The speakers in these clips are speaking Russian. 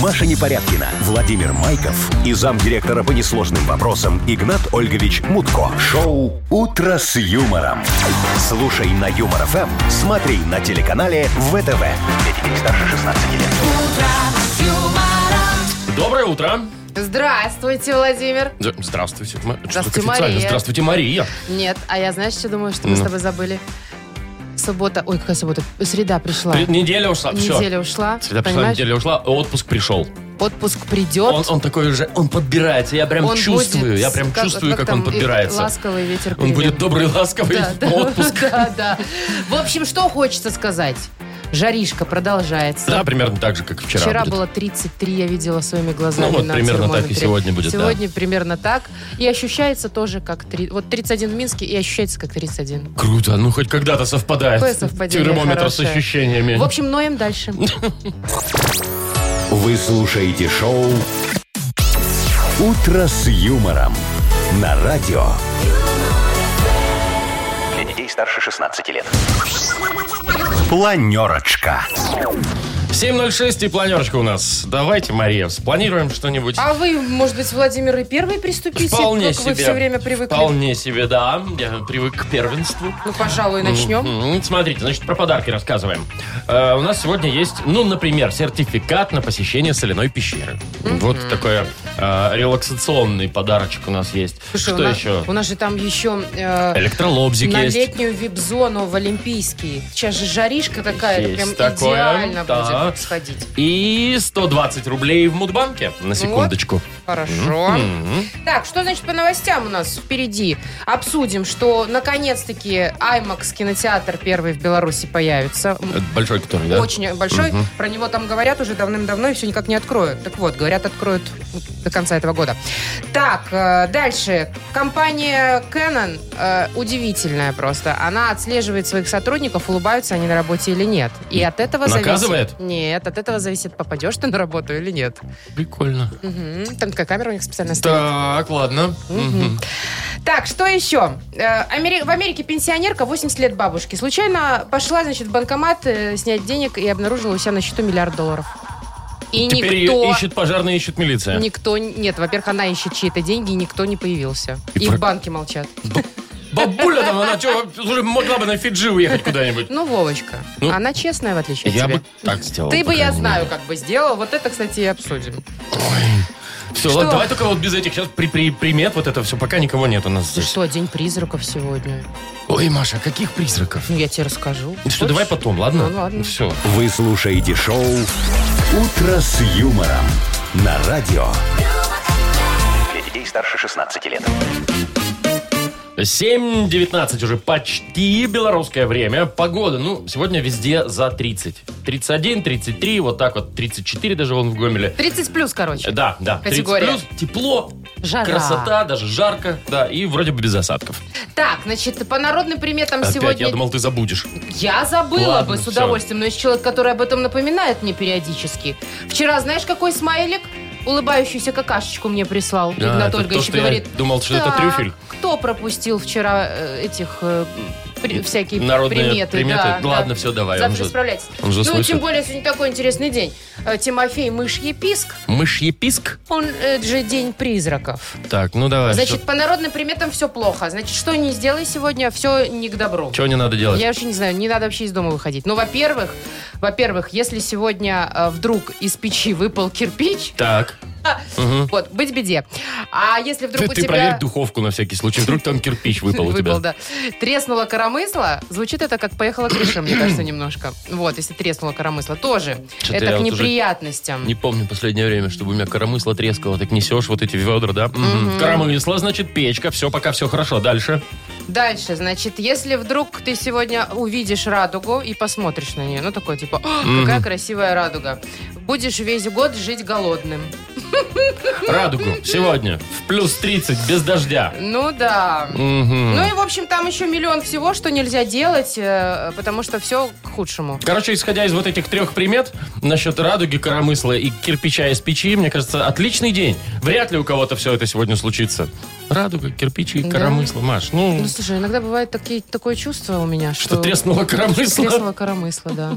Маша Непорядкина, Владимир Майков и замдиректора по несложным вопросам Игнат Ольгович Мутко. Шоу «Утро с юмором». Слушай на Юмор ФМ, смотри на телеканале ВТВ. Для детей старше 16 лет. Доброе утро. Здравствуйте, Владимир. З- Здравствуйте. Ма- что Здравствуйте, так официально? Мария. Здравствуйте, Мария. Нет, а я знаешь, что думаю, что мы с Ну. тобой забыли? Суббота, ой, какая суббота? Среда пришла. При- Неделя ушла. Все. Неделя ушла. А, Среда пошла, понимаешь? неделя ушла, а отпуск пришел. Отпуск придет. Он, он такой уже, он подбирается, я прям он чувствую, будет я прям как- чувствую, как, там он и подбирается. Ласковый ветер. Он будет добрый, ласковый, Да, да, отпуск. да, да. В общем, что хочется сказать? Жаришка продолжается. Да, примерно так же, как вчера. Вчера будет. было 33, я видела своими глазами. Ну вот на примерно так и термометре. сегодня будет, да. Сегодня примерно так. И ощущается тоже как... три- Вот 31 в Минске и ощущается как 31. Круто, ну хоть когда-то совпадает. Какое совпадение Термометр хорошее. с ощущениями. В общем, ноем дальше. Вы слушаете шоу «Утро с юмором» на радио. Для детей старше 16 лет. Планерочка. 7.06 и планерочка у нас. Давайте, Мария, спланируем что-нибудь. А вы, может быть, Владимир, и первый приступите, Вполне как себе. вы все время привыкли? Вполне себе, да. Я привык к первенству. Ну, пожалуй, начнем. М, Ну, Смотрите, значит, про подарки рассказываем. Э, у нас сегодня есть, ну, например, сертификат на посещение соляной пещеры. Вот такой э, релаксационный подарочек у нас есть. Слушай, Что у нас, еще? у нас же там еще э, Электролобзик на есть. летнюю вип-зону в Олимпийский. Сейчас же жаришка такая, это Есть прям такое, идеально да. будет сходить. И 120 рублей в Мудбанке, на секундочку. Хорошо. М. Так, что значит по новостям у нас впереди? Обсудим, что наконец-таки IMAX кинотеатр первый в Беларуси появится. М, Это Большой который, да? Очень большой. Мгм. Про него там говорят уже давным-давно и все никак не откроют. Так вот, говорят, откроют до конца этого года. Так, э, дальше. Компания Canon э, удивительная просто. Она отслеживает своих сотрудников, улыбаются они на работе или нет. И от этого Наказывает? зависит... Нет, от этого зависит, попадешь ты на работу или нет. Прикольно. Мгм. Там такая камера у них специально стоит. Так, ладно. Мгм. Так, что еще? Э, Амери- В Америке пенсионерка 80 лет бабушки. Случайно пошла, значит, в банкомат э, снять денег и обнаружила у себя на счету миллиард долларов. И Теперь никто... ее ищет пожарные, ищет милиция. Никто... Нет, во-первых, она ищет чьи-то деньги, и никто не появился. И И, про- в банке молчат. Бабуля там, она чё, слушай, могла бы на Фиджи уехать куда-нибудь. Ну, Вовочка, Ну, она честная, в отличие от Я тебя. бы так сделал. Ты по бы, я крайней знаю, мере. как бы сделал. Вот это, кстати, и обсудим. Все, Что? ладно, давай только вот без этих сейчас при, при- примет вот это все, пока никого нет у нас Ты здесь. что, день призраков сегодня? Ой, Маша, а каких призраков? Ну, я тебе расскажу. Ну Что, давай Хочешь? потом, ладно? Ну, ладно. Все. Вы слушаете шоу «Утро с юмором» на радио. Для детей старше 16 лет. 7.19 уже почти белорусское время. Погода, ну, сегодня везде за 30. 31, 33, вот так вот, 34 даже вон в Гомеле. 30 плюс, короче. Да, да. 30 Категория. плюс, тепло, Жара. красота, даже жарко, да, и вроде бы без осадков. Так, значит, по народным приметам Опять, сегодня я думал, ты забудешь. Я забыла Ладно, бы с всё. удовольствием, но есть человек, который об этом напоминает мне периодически. Вчера, знаешь, какой смайлик? Улыбающуюся какашечку мне прислал Да, Игнат А, это Ольгович то, и что я говорит... думал, что это «Так, трюфель». Кто пропустил вчера э, этих э, при- всякие Народные приметы? приметы? Да, Ну, да. ладно, всё, давай, он Завтра же- справляйтесь. он же ну, слышит. тем более, сегодня такой интересный день. Э, Тимофей Мышьеписк, Мышьеписк? он э, же день призраков. Так, ну давай. Значит, по народным приметам все плохо. Значит, что не сделай сегодня, все не к добру. Чего не надо делать? Я вообще не знаю, не надо вообще из дома выходить. Ну, во-первых, во-первых, если сегодня э, вдруг из печи выпал кирпич, Так. А, Мгм. вот, быть беде. А если Ты, вдруг у ты тебя... проверь духовку на всякий случай. Вдруг там кирпич выпал у тебя. Выпал, да. Треснула коромысла. Звучит это как поехала крыша, мне кажется, немножко. Вот, если треснула коромысла. Тоже. Что-то я это вот к уже неприятностям. Не помню последнее время, чтобы у меня коромысло трескало. Так несешь вот эти ведра, да? Мгм. Коромысло, значит, печка. Все, пока все хорошо. Дальше. Дальше, значит, если вдруг ты сегодня увидишь радугу и посмотришь на нее, ну, такой, типа, «О, какая красивая радуга. Будешь весь год жить голодным. Радугу. Сегодня. В плюс 30, без дождя. Ну, да. Мгм. Ну и, в общем, там еще миллион всего, что нельзя делать, э, потому что все к худшему. Короче, исходя из вот этих трех примет насчет радуги, коромысла и кирпича из печи, мне кажется, отличный день. Вряд ли у кого-то все это сегодня случится. Радуга, кирпичи, Да. коромысло, Маш. Ну, Ну, слушай, иногда бывает такие, такое чувство у меня, что... что треснуло коромысло. Треснуло коромысло, да.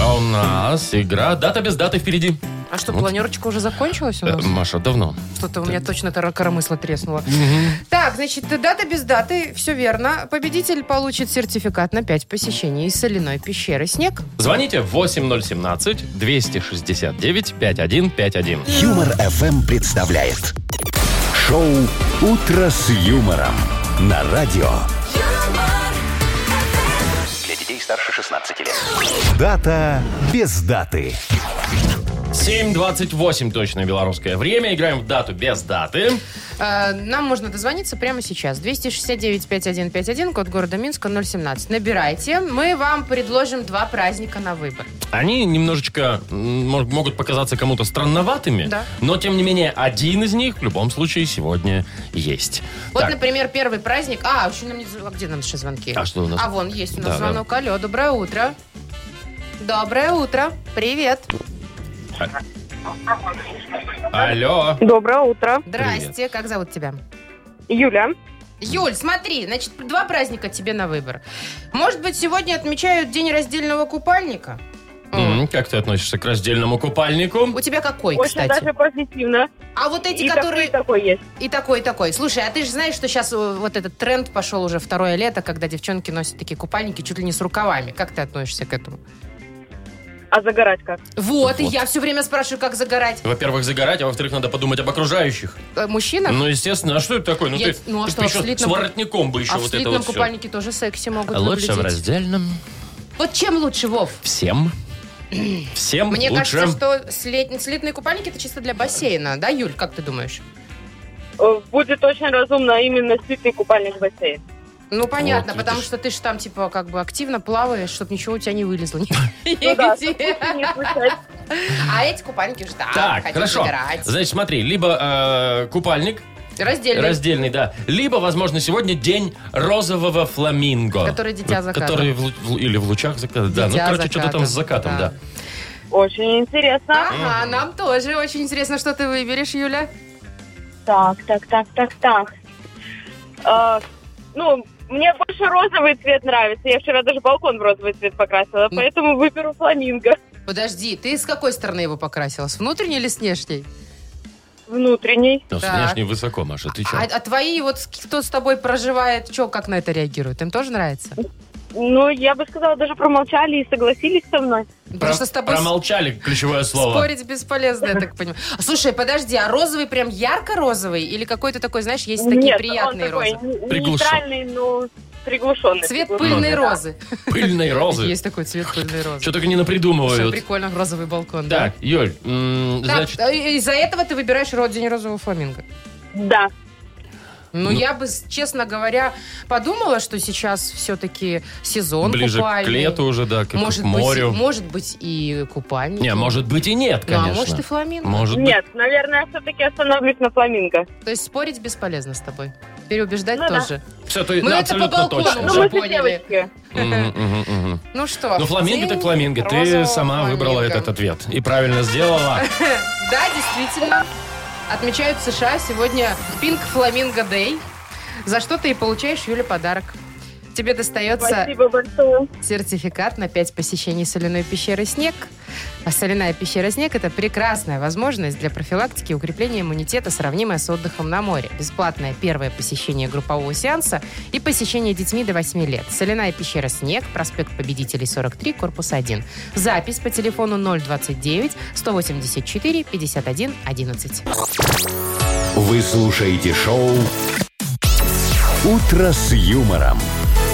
А у нас игра «Дата без даты» впереди. А что, планерочка уже закончилась у Э, нас? Маша, давно. Что-то у меня точно тара- коромысло треснуло. Так, значит, дата без даты, все верно. Победитель получит сертификат на 5 посещений из соляной пещеры. Снег? Звоните 8017-269-5151. Юмор ФМ представляет шоу Утро с юмором на радио. Для детей старше 16 лет. Дата без даты. 7.28 точное белорусское время. Играем в дату без даты. Э, Нам можно дозвониться прямо сейчас. 269-5151, код города Минска, 017. Набирайте. Мы вам предложим два праздника на выбор. Они немножечко м, мож- могут показаться кому-то странноватыми, Да. но тем не менее один из них в любом случае сегодня есть. Вот, Так, например, первый праздник. А, еще нам не... зв- а где нам еще звонки? А что у нас? А вон есть у нас Да, да. звонок. Алло, доброе утро. Доброе утро. Привет. алло. Доброе утро. Здрасте. Как зовут тебя? Юля. Юль, смотри, значит, два праздника тебе на выбор. Может быть, сегодня отмечают день раздельного купальника? М, Как ты относишься к раздельному купальнику? У тебя какой, Очень кстати? даже позитивно. А вот эти, и такой, которые... и такой есть. И такой, и такой. Слушай, а ты же знаешь, что сейчас э, вот этот тренд пошел уже второе лето, когда девчонки носят такие купальники чуть ли не с рукавами. Как ты относишься к этому? А загорать как? Вот, и Вот. я все время спрашиваю, как загорать. Во-первых, загорать, а во-вторых, надо подумать об окружающих. Э, Мужчина? Ну, естественно, а что это такое? Ну, Я- ты, ну, а ты что, а в еще с слитном- воротником бы еще а в вот это слитном вот всё. купальнике тоже секси могут Лучше в выглядеть. раздельном. Вот чем лучше, Вов? Всем. Всем Мне лучше. кажется, что слит- слитные купальники это чисто для бассейна, да, Юль, как ты думаешь? Э, Будет очень разумно именно слитный купальник в бассейн. Ну, понятно, видишь. потому что ты же там, типа, как бы активно плаваешь, чтобы ничего у тебя не вылезло. Ну да, Нигде. чтобы лучше не слышать. А эти купальники же, да, Так, хотят хорошо. выбирать. Значит, смотри, либо э, купальник Раздельный. раздельный, да, либо, возможно, сегодня день розового фламинго. Который дитя заката. Который в лу- в лу- или в лучах заката, да. Ну, Дитя короче, что-то там с заката, закатом, да. Очень интересно. Ага, нам тоже очень интересно, что ты выберешь, Юля. Так, так, так, так, так. Э, ну, мне больше розовый цвет нравится. Я вчера даже балкон в розовый цвет покрасила, поэтому выберу фламинго. Подожди, ты с какой стороны его покрасила? С внутренней или с внешней? Внутренний. Ну, с Так. внешне высоко, Маша, ты чё? А, а твои, вот с- кто с тобой проживает, что, как на это реагирует? Им тоже нравится? Ну, я бы сказала, даже промолчали и согласились со мной. Потому что с тобой с- Промолчали ключевое слово. спорить бесполезно, я так понимаю. Слушай, подожди, а розовый прям ярко-розовый? Или какой-то такой, знаешь, есть такие Нет, приятные он такой розы? н- Приглушен. нейтральный, но приглушенный. Цвет Приглушенный, пыльной Ну, да. розы. Пыльные розы. Есть такой цвет пыльной розы. Что только не Слушай, напридумывают. прикольно, розовый балкон. да. Так, Юль, м, Так, значит, э, из-за этого ты выбираешь ро- день розового фламинго. Да. Ну, я бы, с- честно говоря, подумала, что сейчас все-таки сезон ближе к купальный. лету уже, да, к, может к морю. Быть, и- может быть, и купальник. Не, может быть и нет, конечно. а может и фламинго. Может быть. Нет, наверное, все-таки остановлюсь на фламинго. То есть спорить бесполезно с тобой. Переубеждать Ну да. тоже. Все, ты Мы ну, это абсолютно по балкону точно. Ну, Уже мы поняли. же девочки. Мгм, мгм, мгм. Ну что? Ну, фламинго день так фламинго. Ты розового сама фламинго. выбрала этот ответ. И правильно сделала. Да, действительно. Отмечают в США сегодня Pink Flamingo Day. За что ты и получаешь, Юля, подарок. Тебе достается... Спасибо большое. Сертификат на 5 посещений соляной пещеры «Снег». А соляная пещера «Снег» — это прекрасная возможность для профилактики и укрепления иммунитета, сравнимая с отдыхом на море. Бесплатное первое посещение группового сеанса и посещение детьми до 8 лет. Соляная пещера «Снег», проспект Победителей, 43, корпус 1. Запись по телефону 029-184-51-11. Вы слушаете шоу Утро с юмором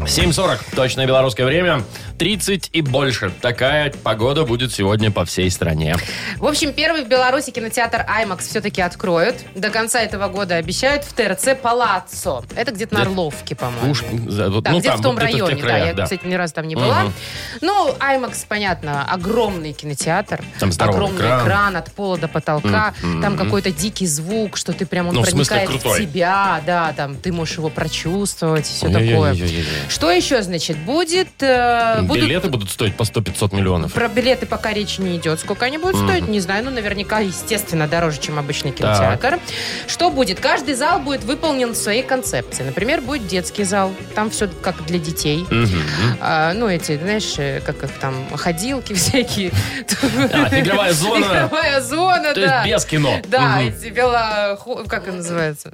7.40, точное белорусское время. 30 и больше. Такая погода будет сегодня по всей стране. В общем, первый в Беларуси кинотеатр «Аймакс» все-таки откроют. До конца этого года обещают в ТРЦ «Палаццо». Это где-то на Да. Орловке, по-моему. Уж, за- вот, Да, ну, где-то там, в том вот где-то в районе, тех да, я, краях, да. кстати, ни разу там не была. Мгм. Ну, IMAX, понятно, огромный кинотеатр. Там здоровый огромный экран. экран. от пола до потолка. Мгм. Там какой-то дикий звук, что ты прям он Ну, в смысле, проникает крутой. тебя, да, там ты можешь его прочувствовать, все такое. Ой-ой-ой-ой-ой. Что еще, значит, будет? э, будут- Билеты будут стоить по 100-500 миллионов. Про билеты пока речи не идет. Сколько они будут стоить, не знаю. но наверняка, естественно, дороже, чем обычный кинотеатр. Что будет? Каждый зал будет выполнен в своей концепции. Например, будет детский зал. Там все как для детей. Мгм. А, ну, эти, знаешь, э, как их там, ходилки всякие. А, игровая зона. Игровая зона, То есть да. без кино. Да, Мгм. Ну, эти вело... Как это называется?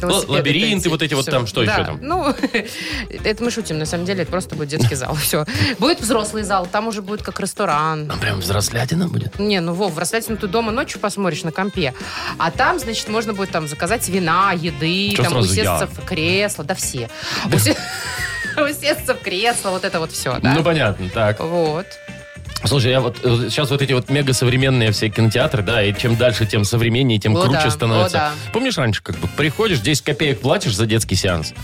Велосипеды лабиринты эти, вот эти вот всё. там, что Да, еще там? Ну, это мы шутим, на самом деле, это просто будет детский зал. Все. Будет взрослый зал, там уже будет как ресторан. Там прям взрослятина будет. Не, ну, Вов, в Ростове ты дома ночью посмотришь на компе. А там, значит, можно будет там заказать вина, еды, Чё там сразу усесться я? в кресло, да все. Усе- Усесться в кресло, вот это вот все, да? Ну, понятно, так. Вот. Слушай, я вот э, сейчас вот эти вот мега современные все кинотеатры, да, и чем дальше, тем современнее, тем О, круче да, становится. о, да. Помнишь раньше, как бы приходишь, 10 копеек платишь за детский сеанс,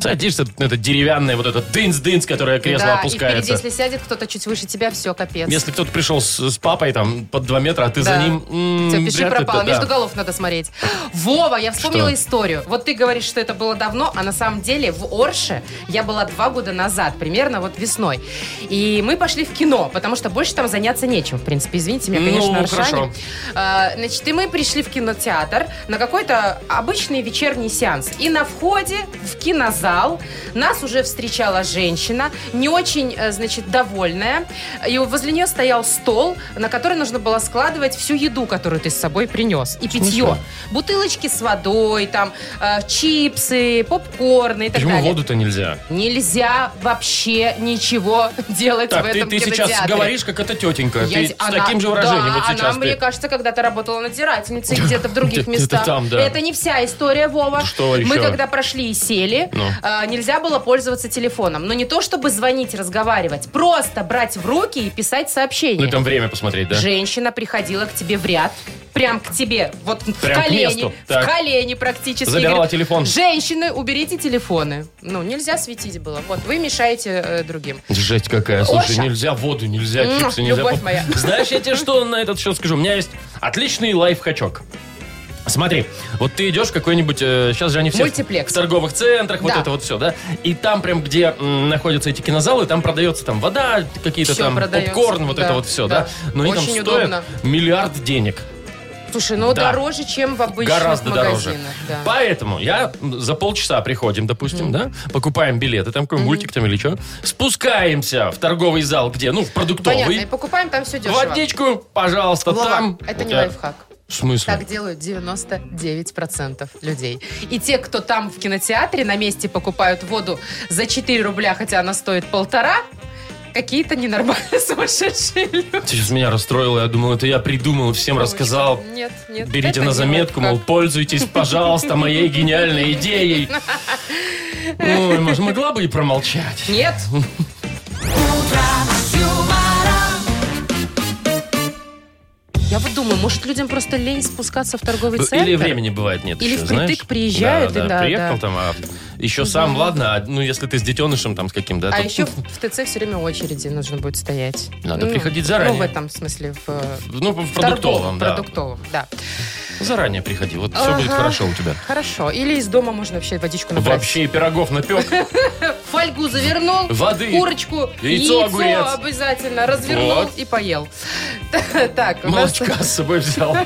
садишься на это деревянное вот это дынц-дынц, которое кресло да, и впереди, опускается. если сядет кто-то чуть выше тебя, все, капец. Если кто-то пришел с, с папой там под 2 метра, а ты за Да. ним... м, Все, пиши вряд ли пропало. ты- Между да. голов надо смотреть. Вова, я вспомнила Что? историю. Вот ты говоришь, что это было давно, а на самом деле в Орше я была два года назад, примерно вот весной. И мы пошли в кино, потому что больше там заняться нечем, в принципе. Извините меня, Ну, конечно, хорошо. Аршане. А, Значит, и мы пришли в кинотеатр на какой-то обычный вечерний сеанс. И на входе в кинозал нас уже встречала женщина, не очень, э, значит, довольная. И возле нее стоял стол, на который нужно было складывать всю еду, которую ты с собой принес. И питье. Бутылочки с водой, там, э, чипсы, попкорны и так Почему далее. воду-то нельзя? Нельзя вообще ничего делать в Так, ты, этом ты кинотеатре. сейчас говоришь, как эта тетенька. Я- ты она- с таким же выражением да, вот сейчас. она, ты. Ну, мне кажется, когда-то работала надзирательницей где-то в других Где-то местах. там, да. Ну, Это не вся история, Вова. Что Мы еще? когда прошли и сели, Ну. э, нельзя было пользоваться телефоном. Но не то, чтобы звонить, разговаривать. Просто брать в руки и писать Ну и сообщение. там время посмотреть, да? Женщина приходила к тебе в ряд. Прям к тебе, вот Прям в к колени, месту. в Так. колени практически. Забирала телефон. Женщины, уберите телефоны. Ну, нельзя светить было. Вот, вы мешаете э, другим. Жесть какая, слушай, Оша. нельзя воду, нельзя М, чипсы, нельзя. любовь поп- моя. Знаешь, я тебе что на этот счет скажу? У меня есть отличный лайфхачок. Смотри, вот ты идешь в какой-нибудь, сейчас же они все Мультиплекс. в торговых центрах, вот Да. это вот все, да? И там прям, где м, находятся эти кинозалы, там продается там вода, какие-то Всё там продается, попкорн, вот да, это вот все, да. да? Но они там Очень стоят удобно. миллиард денег. Слушай, ну Да. дороже, чем в обычных Гораздо дороже. магазинах. да. Поэтому я м, за полчаса приходим, допустим, да, покупаем билеты, там какой мультик там или что, спускаемся в торговый зал, где, ну, в Понятно, продуктовый, и покупаем там все дешево. Водичку, пожалуйста, Вова, там. У это не тебя- лайфхак. В смысле? Так делают 99% людей. И те, кто там в кинотеатре на месте покупают воду за 4 рубля, хотя она стоит полтора, какие-то ненормальные сумасшедшие люди. Ты сейчас меня расстроила, я думал, это я придумал, всем рассказал. Нет, нет. это Берите на не заметку, мол, лайфхак. пользуйтесь, пожалуйста, моей гениальной идеей. Ой, может, могла бы и промолчать. Нет. Я вот думаю, может, людям просто лень спускаться в торговый центр? Ну, Или времени бывает нет Или еще, впритык знаешь? приезжают, да, и да, да, приехал да. там, а еще сам, ладно, а, ну, если ты с детенышем там с каким-то... А то- еще в в ТЦ все время очереди нужно будет стоять. Надо Ну, приходить заранее. Ну, в этом смысле, в, э, Ну, в торговом, продуктовом, да. продуктовом, да. Заранее приходи, вот все Ага. будет хорошо у тебя. Хорошо. Или из дома можно вообще водичку набрать. Вообще и пирогов напек. Фольгу завернул, Воды. курочку, Яйцо, огурец. обязательно развернул Вот. и поел. Так, у нас Молочка с собой взял.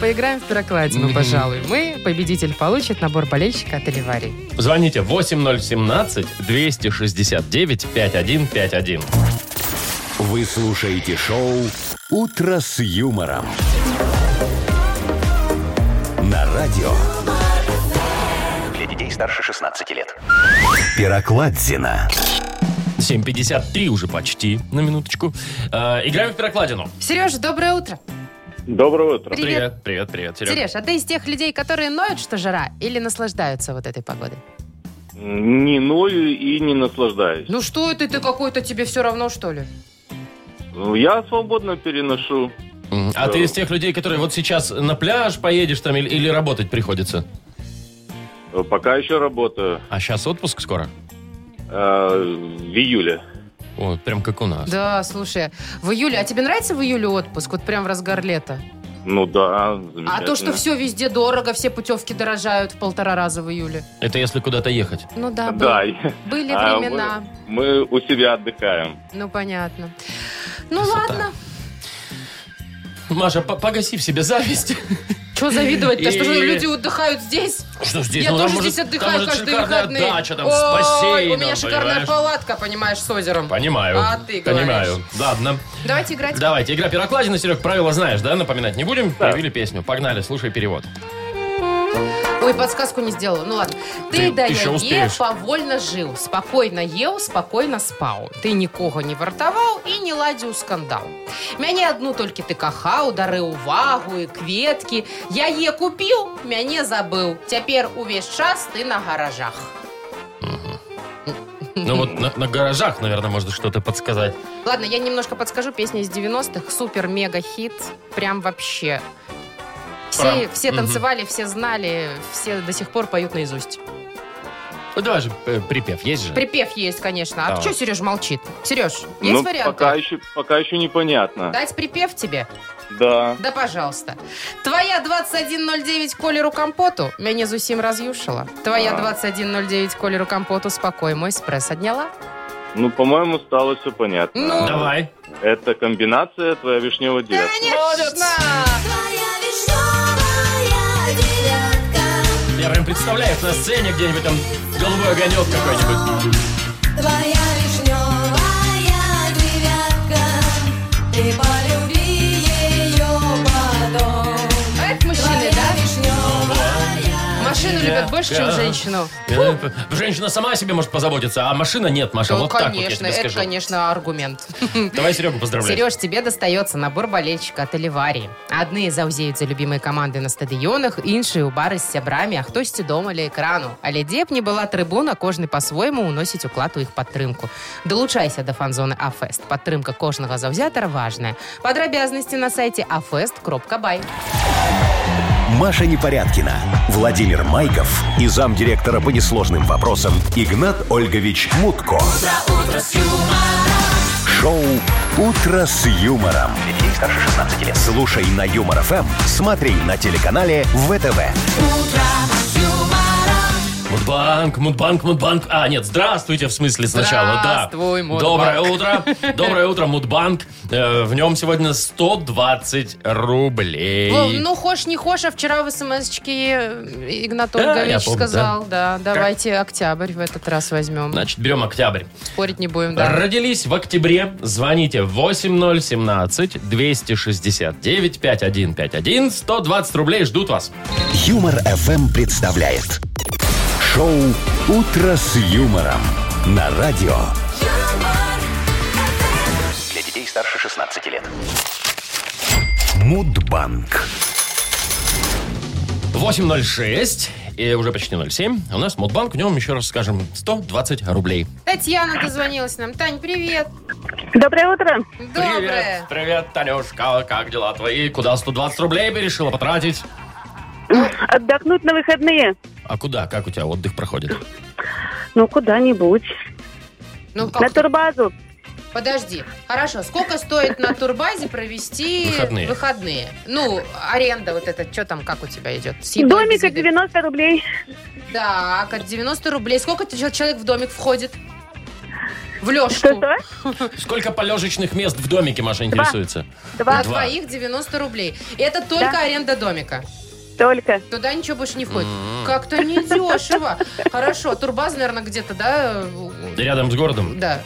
поиграем в пирокладину, пожалуй. Мы, победитель, получит набор болельщика от Оливарии. Звоните 8017-269-5151. Вы слушаете шоу «Утро с юмором». На радио Для детей старше 16 лет. Пирокладзина. 7.53 уже почти, на минуточку. Э, играем в пирокладину. Сережа, доброе утро. Доброе утро. Привет. Привет, привет, привет, Серег. Сереж, а ты из тех людей, которые ноют, что жара, или наслаждаются вот этой погодой? Не ною и не наслаждаюсь. Ну что это ты какой-то, тебе все равно, что ли? Ну, Я свободно переношу. Мгм. А ты из тех людей, которые вот сейчас на пляж поедешь там или, или работать приходится? Э, Пока еще работаю. А сейчас отпуск скоро? Э, В июле. О, прям как у нас. Да, слушай, в июле, а тебе нравится в июле отпуск? Вот прям в разгар лета. Ну да, замечательно. А то, что все везде дорого, все путевки дорожают в полтора раза в июле. Это если куда-то ехать. Ну да, был- Да. были А, мы- времена. Мы у себя отдыхаем. Ну понятно. Ну Красота. ладно. Маша, по- погаси в себе зависть. Что завидовать-то? Что же И- люди отдыхают здесь? Что ж здесь? Я Ну, там тоже может- здесь там отдыхаю может каждые шикарная выходные. дача там с Ой, у бассейном, меня шикарная понимаешь? палатка, понимаешь, с озером. Понимаю. А ты Понимаю. говоришь. Ладно. Давайте играть. Давайте, игра «Пирокладина». Серег, правила знаешь, да? Напоминать не будем? Перевели песню. Погнали, слушай перевод. Ой, подсказку не сделала. Ну ладно. Ты- Ты, да, ты ещё я успеешь. повольно жил, спокойно ел, спокойно спал. Ты нікого не вартовал и не ладил скандал. Мяне одну только ты кахаў, дары увагу и кветки. Я е купил, мяне забыл. Теперь увесь час ты на гаражах. Ну вот на, на гаражах, наверное, можно что-то подсказать. Ладно, я немножко подскажу. Песня из 90-х. Супер-мега-хит. Прям вообще. Все, Прям. все Мгм. танцевали, все знали, все до сих пор поют наизусть. Ну давай же, э, припев есть же? Припев есть, конечно. А Давай. что Сереж молчит? Сереж, есть Ну, варианты? пока еще, пока еще непонятно. Дать припев тебе? Да. Да, пожалуйста. Твоя 2109 колеру компоту меня зусім раз'юшила. А. Твоя 2109 колеру компоту спокой мой спресс отняла. Ну, по-моему, стало все понятно. Ну. Давай. Это комбинация твоя вишневого детства. Конечно! Твоя вишневая девятка, Я прям представляю, на сцене где-нибудь там голубой огонек какой-нибудь. твоя вишневая девятка, ты полюби ее потом. А это мужчины, Твоя да? вишневая Машину любят больше, чем Да. женщину. Э, Женщина сама о себе может позаботиться, а машина нет, Маша. Ну, вот так вот я конечно, тебе это, скажу. конечно, аргумент. Давай Серегу поздравлять. Сереж, тебе достается набор болельщика от Оливарии. Одни заузеют за любимые команды на стадионах, іншие у бары с сябрамі, а хтосьці дома ля экрану. Але дзе б не была трибуна, кожны по-свойму уносіць уклад у іх падтрымку. Далучайся до фан-зоны Афест. Падтрымка кожнага заўзятара важная. Падрабязнасці на сайте afest.by. Маша Непорядкина, Владимир Майков и замдиректора по несложным вопросам Игнат Ольгович Мутко. Шоу Утро с юмором. Для детей старше 16 лет. Слушай на юмор ФМ, смотри на телеканале ВТВ. Мудбанк, Мудбанк, Мудбанк. А, нет, здравствуйте, в смысле сначала, да. Здравствуй, Мудбанк. Доброе утро, доброе утро, Мудбанк. Э, В нем сегодня 120 рублей. Вов, Ну, хошь не хошь, а вчера в смс-очке Игнат Да, я Ольгович помню, сказал, да, давайте октябрь в этот раз возьмем. Значит, берем октябрь. Спорить не будем, да. Родились в октябре. Звоните 8017-269-5151. 120 рублей ждут вас. Юмор ФМ представляет шоу Утро с юмором на радио. девятка, Для детей старше 16 лет. Мудбанк. 8.06 и уже почти 07. У нас Мудбанк, в нем, еще раз скажем, 120 рублей. Татьяна дозвонилась нам. Тань, привет. Доброе утро. Привет, Доброе. привет, Танюшка, как дела твои? Куда 120 рублей бы решила потратить? Отдохнуть на выходные? А куда? Как у тебя отдых проходит? Ну, куда-нибудь. Ну На как? турбазу. Подожди. Хорошо. Сколько стоит на турбазе провести Выходные. выходные? Ну, аренда вот эта, что там, как у тебя идет? С едой, без Домик от еды? 90 рублей. Так, от 90 рублей. Сколько ты- человек в домик входит? В лёжку. Что-что? Сколько полежечных мест в домике, Маша, интересуется? На Два. Два. двоих 90 рублей. И это только Да. аренда домика. Только. Туда ничего больше не входит. М-м. Как-то недешево. Хорошо, турбаз, наверное, где-то, да? э, Рядом с городом? Да.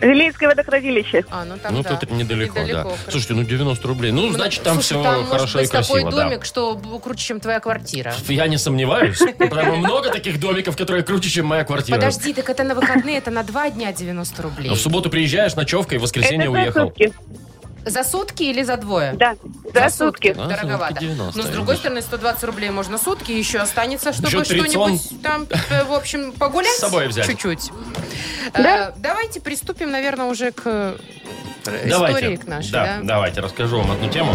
Жилейское водохранилище. А, ну там ну, да. тут недалеко, да. хорошо. Слушайте, ну 90 рублей. Ну, Ну, значит, там слушай, все там, может хорошо быть, и красиво, такой да. домик, что б- круче, чем твоя квартира. Я не сомневаюсь, потому много таких домиков, которые круче, чем моя квартира. Подожди, так это на выходные, это на два дня 90 рублей. э, Ну, в субботу приезжаешь, ночевка, и в воскресенье Это за уехал. сутки. За сутки или за двое? Да, за сутки. А, Дороговато. сутки 90, Но с видишь. другой стороны, 120 рублей можно сутки, еще останется, чтобы Еще 30 он- что-нибудь там, э, в общем, погулять. С собой взять. Чуть-чуть. Да. Э, Давайте приступим, наверное, уже к э, истории Давайте, к нашей. да, да? давайте, расскажу вам одну тему.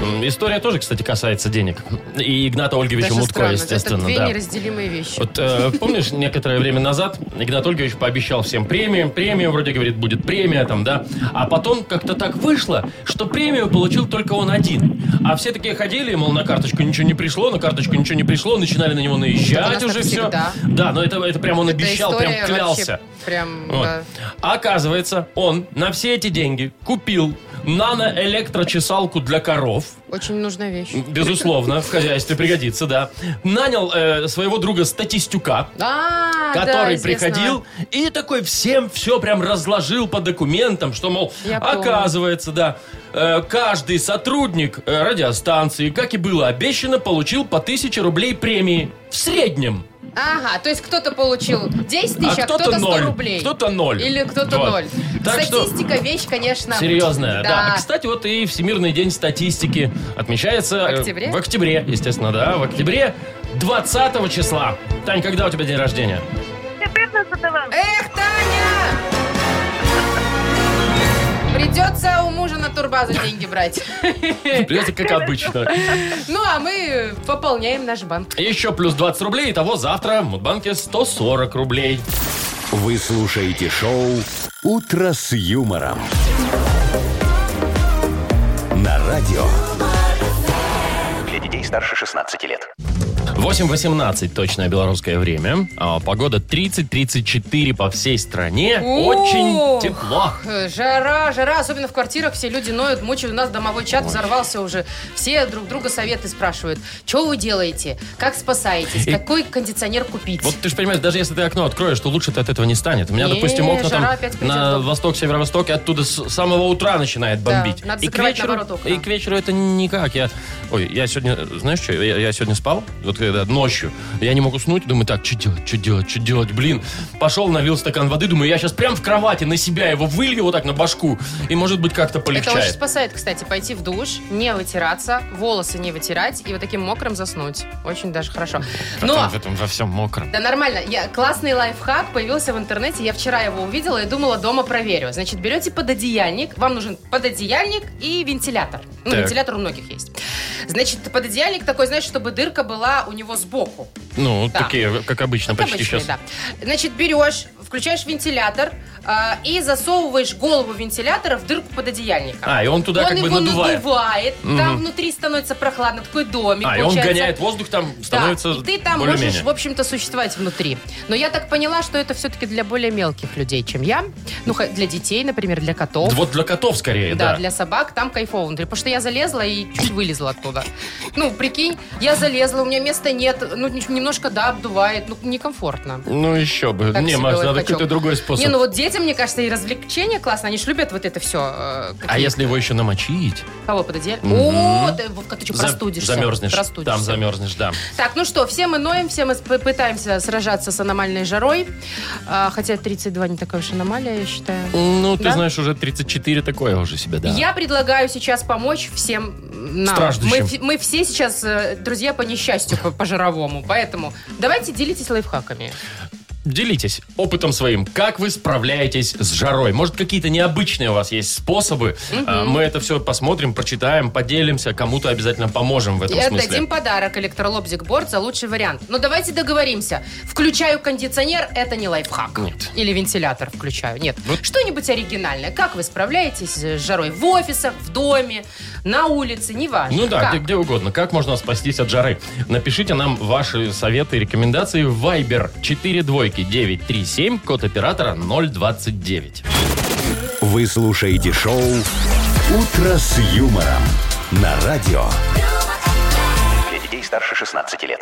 М, История тоже, кстати, касается денег. И Игната Ольговича Даже Мутко, странно, естественно. Это две да. неразделимые вещи. Вот э, помнишь, некоторое время назад Игнат Ольгович пообещал всем премию, премию, вроде говорит, будет премия там, да. А потом как-то так вышло, что премию получил только он один. А все такие ходили, мол, на карточку ничего не пришло, на карточку ничего не пришло, начинали на него Это у наезжать нас уже так все. всегда. Да, но это, это прям он Эта обещал, история прям клялся. вообще Прям, Вот. да. А Оказывается, он на все эти деньги купил наноэлектрочесалку для коров. Очень нужная вещь. Безусловно, в хозяйстве пригодится, да. Нанял э, своего друга статистюка, А, да, который известно. приходил и такой всем все прям разложил по документам, что, мол, Я помню. оказывается, да, э, каждый сотрудник э, радиостанции, как и было обещано, получил по 1000 рублей премии в среднем. Ага, то есть кто-то получил 10 тысяч, а, А кто-то 100 ноль, рублей. кто-то ноль. Или кто-то Вот. ноль. Так что- Статистика вещь, конечно. Серьезная, да. да. А, Кстати, вот и Всемирный день статистики отмечается... э, В октябре? В октябре, естественно, да. В октябре 20 числа. Тань, когда у тебя день рождения? 14 Эх, Таня! Придется у мужа на турбазу деньги брать. Придется, как обычно. Ну, а мы пополняем наш банк. Еще плюс 20 рублей. Итого завтра в Мудбанке 140 рублей. Вы слушаете шоу «Утро с юмором». На радио. Для детей старше 16 лет. 8.18 точное белорусское время. А, погода 30-34 по всей стране. Ух. Очень тепло. Э, Жара, жара, особенно в квартирах все люди ноют, мучают. У нас домовой чат взорвался уже. Все друг друга советы спрашивают. Что вы делаете? Как спасаетесь? И- Какой кондиционер купить? Вот ты же понимаешь, даже если ты окно откроешь, то лучше ты от этого не станет. У меня, Не, допустим, окна жара там опять придет. на восток, северо-восток, и оттуда с самого утра начинает Да, бомбить. надо и, к закрывать, вечеру, наоборот, окна. и к вечеру это никак. Я, ой, я сегодня, знаешь что, я, я сегодня спал, вот когда ночью, я не мог уснуть, думаю, так, что делать, что делать, что делать, блин. Пошел, налил стакан воды, думаю, я сейчас прям в кровати на себя его вылью вот так на башку, и может быть как-то Это очень полегчает. спасает, кстати, пойти в душ, не вытираться, волосы не вытирать и вот таким мокрым заснуть. Очень даже хорошо. Но В этом во всем мокром. Да нормально. Я, классный лайфхак появился в интернете. Я вчера его увидела и думала, дома проверю. Значит, берете пододеяльник. Вам нужен пододеяльник и вентилятор. Ну, Так. вентилятор у многих есть. Значит, пододеяльник такой, знаешь, чтобы дырка была у него сбоку. Ну, Да. такие, как обычно, Как почти обычный, сейчас. да. Значит, берешь, включаешь вентилятор а, и засовываешь голову вентилятора в дырку пододеяльника. А, и он туда он как бы его надувает. надувает, там Мгм. внутри становится прохладно, такой домик А, и он получается. гоняет воздух, там становится Да, и ты там более-менее. можешь, в общем-то, существовать внутри. Но я так поняла, что это все-таки для более мелких людей, чем я. Ну, ха- для детей, например, для котов. Вот для котов скорее, Да, да. для собак там кайфово внутри. Потому что я залезла и чуть вылезла оттуда. Ну, прикинь, я залезла, у меня места нет. Ну, н- немножко, да, обдувает. Ну, некомфортно. Ну еще бы. Как не, себе Маш, вот надо хочу. какой-то другой способ. Не, ну вот детям, мне кажется, и развлечения классно. Они ж любят вот это э, все. А если его еще намочить? Кого пододеяльник? Мгм. О, ты, Вовка, ты что, За- простудишься. Замерзнешь. Простудишься. Там замерзнешь, да. Так, ну что, все мы ноем, все мы сп- пытаемся сражаться с аномальной жарой. А, хотя 32 не такая уж аномалия, я считаю. Ну, ты Да? знаешь, уже 34 такое уже себе, да. Я предлагаю сейчас помочь всем нам. Страждущим. Мы, ф- мы все сейчас э, друзья по несчастью, по, по жировому. Поэтому давайте делитесь лайфхаками. Делитесь опытом своим. Как вы справляетесь с жарой? Может, какие-то необычные у вас есть способы? А, Мы это все посмотрим, прочитаем, поделимся. Кому-то обязательно поможем в этом И смысле. отдадим подарок электролобзик борт за лучший вариант. Но давайте договоримся. Включаю кондиционер, это не лайфхак. Нет. Или вентилятор включаю. Нет. Вот. Что-нибудь оригинальное. Как вы справляетесь с жарой? В офисах, в доме, на улице, неважно. Ну да, Как? где, где угодно. Как можно спастись от жары? Напишите нам ваши советы и рекомендации в Viber 4 двойки 937, код оператора 029. Вы слушаете шоу «Утро с юмором». На радио. Для детей старше 16 лет.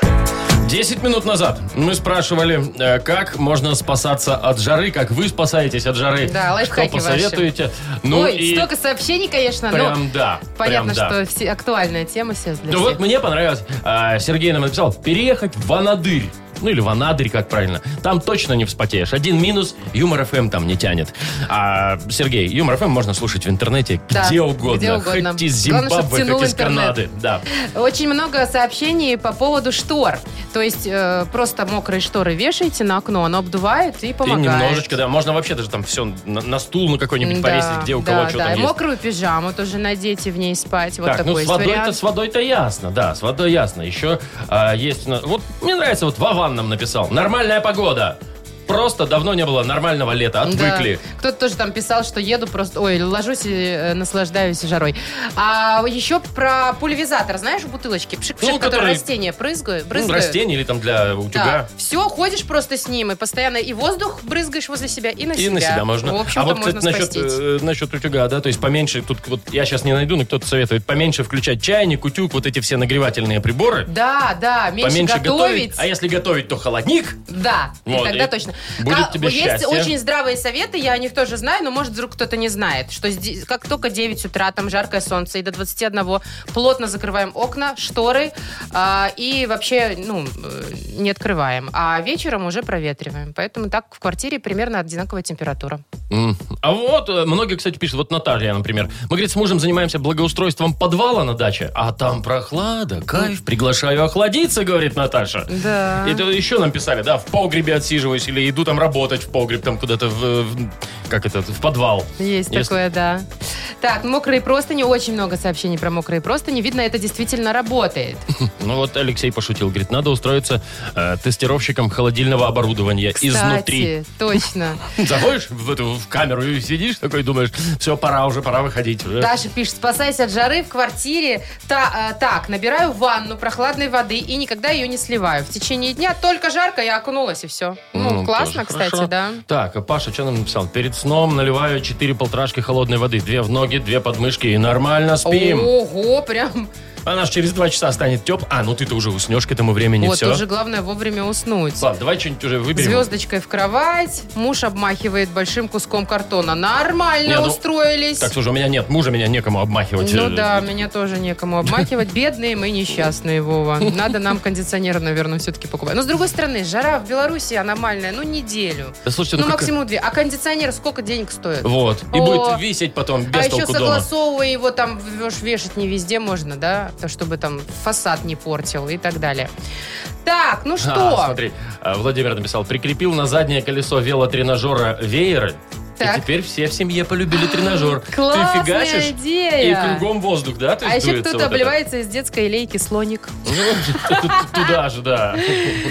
10 минут назад мы спрашивали, э, как можно спасаться от жары, как вы спасаетесь от жары. Да, лайфхаки Что посоветуете? Ну Ой, и столько сообщений, конечно, прям но да. понятно, прям да. что все- актуальная тема сейчас для Да всех. вот мне понравилось. А, Сергей нам написал, переехать в Анадырь. ну или Ванадырь, как правильно, там точно не вспотеешь. Один минус, Юмор ФМ там не тянет. А, Сергей, Юмор ФМ можно слушать в интернете Да, где угодно. где угодно. Хоть из Главное, чтоб Зимбабве, тянул хоть из интернет. Канады. Да. Очень много сообщений по поводу штор. То есть э, просто мокрые шторы вешаете на окно, оно обдувает и И помогает. немножечко, да, можно вообще даже там все на, на стул на какой-нибудь Да, повесить, где у кого да, что да. там И есть. Мокрую пижаму тоже надеть и в ней спать. Вот так, такой ну с есть водой-то, вариант. с водой-то ясно, да, с водой ясно. Еще а, есть... у нас- Вот мне нравится, вот Вован нам написал. Нормальная погода. Просто давно не было нормального лета, отвыкли. Да. Кто-то тоже там писал, что еду просто... Ой, ложусь и э, наслаждаюсь жарой. А еще про пульверизатор. Знаешь, в бутылочке? Пшик, Ну, пшик, который который- растения брызгают. Ну, брызгают. растение или там для утюга. Все, ходишь просто с ним и постоянно и воздух брызгаешь возле себя, и на И себя. на себя можно. В а общем-то, вот, кстати, можно насчет, спастись. э, насчет утюга, да, то есть поменьше, тут вот я сейчас не найду, но кто-то советует, поменьше включать чайник, утюг, вот эти все нагревательные приборы. Да, да, меньше, поменьше готовить. А если готовить, то холодник. Да, и Вот, тогда и точно. будет Ка- тебе есть счастье. очень здравые советы, я о них тоже знаю, но, может, вдруг кто-то не знает, что сди- как только 9 утра, там жаркое солнце, и до 21 плотно закрываем окна, шторы, а, и вообще, ну, э, не открываем. А вечером уже проветриваем. Поэтому так в квартире примерно одинаковая температура. М. А вот, э, многие, кстати, пишут, вот Наталья, например. Мы, говорит, с мужем занимаемся благоустройством подвала на даче, а там прохлада, кайф, приглашаю охладиться, говорит Наташа. Да. Это еще нам писали, да, в погребе отсиживаюсь или иду там работать в погреб, там куда-то в, в- как это, в подвал. Есть Если- такое, да. Так, мокрые простыни. Очень много сообщений про мокрые простыни. Видно, это действительно работает. Ну вот Алексей пошутил, говорит, надо устроиться э, тестировщиком холодильного оборудования изнутри. Кстати, точно. Заходишь в эту в камеру и сидишь такой, думаешь, все, пора уже, пора выходить. Э, Даша пишет, спасаясь от жары в квартире, та- э, так, набираю ванну прохладной воды и никогда ее не сливаю. В течение дня только жарко, я окунулась и все. Ну, Ну, классно, тоже кстати, хорошо. да. Так, а Паша что нам написал? Перед сном наливаю 4 полторашки холодной воды. Две в ноги, две подмышки и нормально спим. Ого, прям. Она ж через 2 часа станет теп. А, ну ты-то уже уснешь к этому времени, вот, все. уже главное вовремя уснуть. Ладно, давай что-нибудь уже выберем. Звездочкой в кровать, муж обмахивает большим куском картона. Нормально Не, ну, устроились. Так, слушай, у меня нет мужа, меня некому обмахивать. Ну Э, да, меня тоже некому обмахивать. Бедные мы несчастные, Вова. Надо нам кондиционер, наверное, все-таки покупать. Но с другой стороны, жара в Беларуси аномальная, ну неделю. Да слушайте, Ну, ну, как- максимум две. А кондиционер сколько денег стоит? Вот. И О. будет висеть потом без а еще толку дома. согласовывая его, там веш- вешать не везде можно, да? То, чтобы там фасад не портил и так далее. Так, ну что? А, смотри, а, Владимир написал, прикрепил на заднее колесо велотренажера вееры, Так. А, и теперь все в семье полюбили тренажер. классная Ты фигачишь, идея. и кругом воздух, да? то а есть еще дуется вот кто-то это? обливается из детской лейки слоник. Ну, Туда же, да.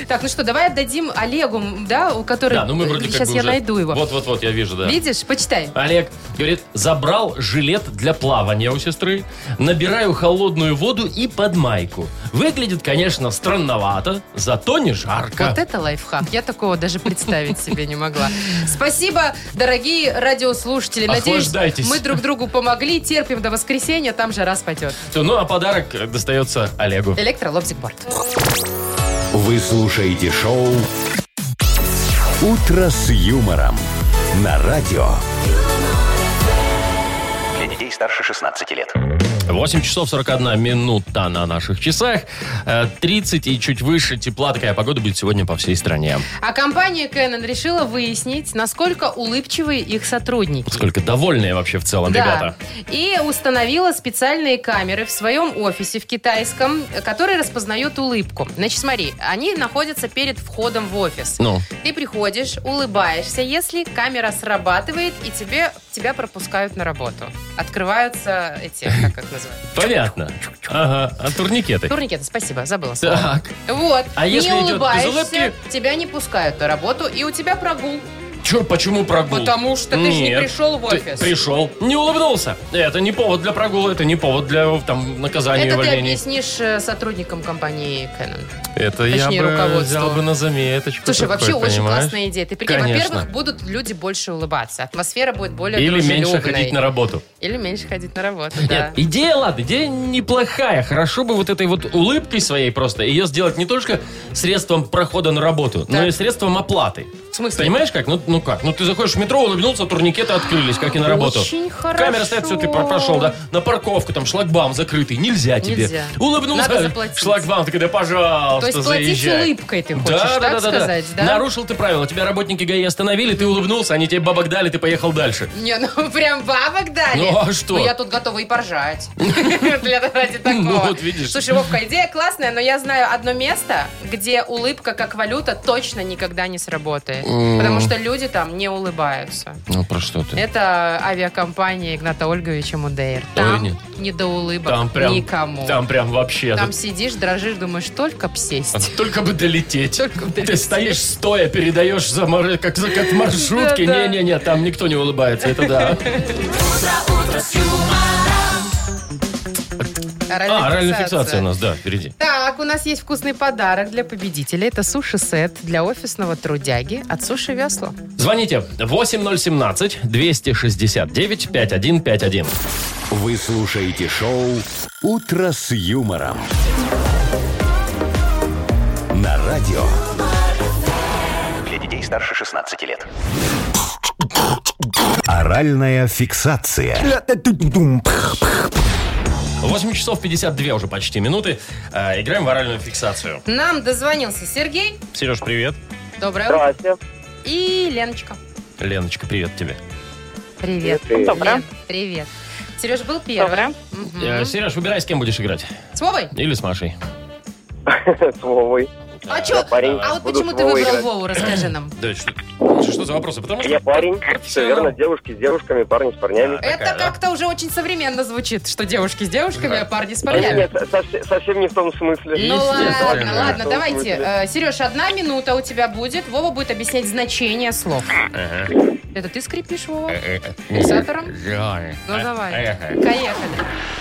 Так, ну что, давай отдадим Олегу, да, у которого... Да, ну мы вроде как Сейчас бы я уже- найду его. Вот-вот-вот, я вижу, да. Видишь, почитай. Олег говорит, забрал жилет для плавания у сестры, набираю холодную воду и под майку. Выглядит, конечно, странновато, зато не жарко. Вот это лайфхак. Я такого даже представить себе не могла. Спасибо, дорогие радиослушатели. Надеюсь, Охлаждайтесь. мы друг другу помогли. Терпим до воскресенья, там жара спадет. Ну, а подарок э, достается Олегу. Электролобзикборд. Вы слушаете шоу «Утро с юмором» на радио. Для детей старше 16 лет. 8 часов 41 минута на наших часах. Э, 30 и чуть выше тепла. Такая погода будет сегодня по всей стране. А компания Canon решила выяснить, насколько улыбчивые их сотрудники. Сколько довольные вообще в целом ребята. И установила специальные камеры в своем офисе в китайском, которые распознают улыбку. Значит, смотри, они находятся перед входом в офис. Ну, Ты приходишь, улыбаешься, если камера срабатывает, и тебе, тебя пропускают на работу. Открываются эти, как их называют? понятно. Ага, а турникеты? Турникеты, спасибо, забыла слово. Так, Вот, А не если идет без улыбаешься, улыбки? тебя не пускают на работу, и у тебя прогул. чё, почему прогул? Потому что ты же не Нет, пришел в ты офис. пришел, не улыбнулся. Это не повод для прогула, это не повод для там наказания и Это ты увольнения. объяснишь э, сотрудникам компании Canon. Это Точнее, я бы руководству. взял бы на заметочку. Слушай, такое, вообще очень понимаешь? классная идея. Ты прикинь, Конечно. во-первых, будут люди больше улыбаться, атмосфера будет более Или меньше дружелюбной. ходить на работу. Или меньше ходить на работу, да. Нет, идея, ладно, идея неплохая. Хорошо бы вот этой вот улыбкой своей просто ее сделать не только средством прохода на работу, но и средством оплаты. В смысле? Понимаешь как? Ну, ну как? Ну ты заходишь в метро, улыбнулся, турникеты открылись, как и на работу. Очень хорошо. Камера стоит, все, ты про- прошел, да? На парковку, там шлагбаум закрытый, нельзя тебе. Нельзя. Улыбнулся, Надо заплатить. шлагбаум, ты когда, пожалуйста, То есть платить заезжай. улыбкой ты хочешь, так сказать, да? Нарушил ты правила. Тебя работники ГАИ остановили, ты улыбнулся, они тебе бабок дали, ты поехал дальше. Не, ну прям бабок дали. Ну, а что? Ну, я тут готова и поржать. Для ради такого. Ну, вот видишь. Слушай, Вовка, идея классная, но я знаю одно место, где улыбка как валюта точно никогда не сработает. Потому что люди там не улыбаются. Ну, про что Э, ты? Это авиакомпания Игната Ольговича Мудейр. Там нет. не до улыбок Там прям, никому. там прям вообще. Там сидишь, дрожишь, думаешь, только б сесть. Только бы долететь. Ты стоишь стоя, передаешь за мор- как, за- как маршрутки. Да-да. Не-не-не, там никто не улыбается, это да. А, оральная фиксация у нас, да, впереди. Так, у нас есть вкусный подарок для победителя. Это суши-сет для офисного трудяги от Суши Весло. Звоните 8017-269-5151. Вы слушаете шоу «Утро с юмором». На радио Для детей старше 16 лет. «Оральная фиксация». 8 часов 52 уже почти минуты. Э, Играем в оральную фиксацию. Нам дозвонился Сергей. Сереж, привет. Доброе утро. Здравствуйте. И Леночка. Леночка, привет тебе. Привет. Доброе. Лен, привет. Сереж был первый. Доброе. Мгм. Э, Сереж, выбирай, с кем будешь играть. С Вовой? Или с Машей. С Вовой. А чё? парень. А вот Буду почему с ты Вовой выбрал играть. Вову, расскажи нам. Да, что, что за вопросы? Потому что... Я парень. Все верно. профессионал. Девушки с девушками, парни с парнями. Это Такая, да? как-то уже очень современно звучит, что девушки с девушками, а парни с Да парнями. Нет, совсем- Э, совсем не в том смысле. Ну Естественно. ладно, ладно, Что давайте. будет? Э, Сереж, одна минута у тебя будет. Вова будет объяснять значение слов. Это ты скрипишь, Вова? Э, Фиксатором? Ну давай. Поехали.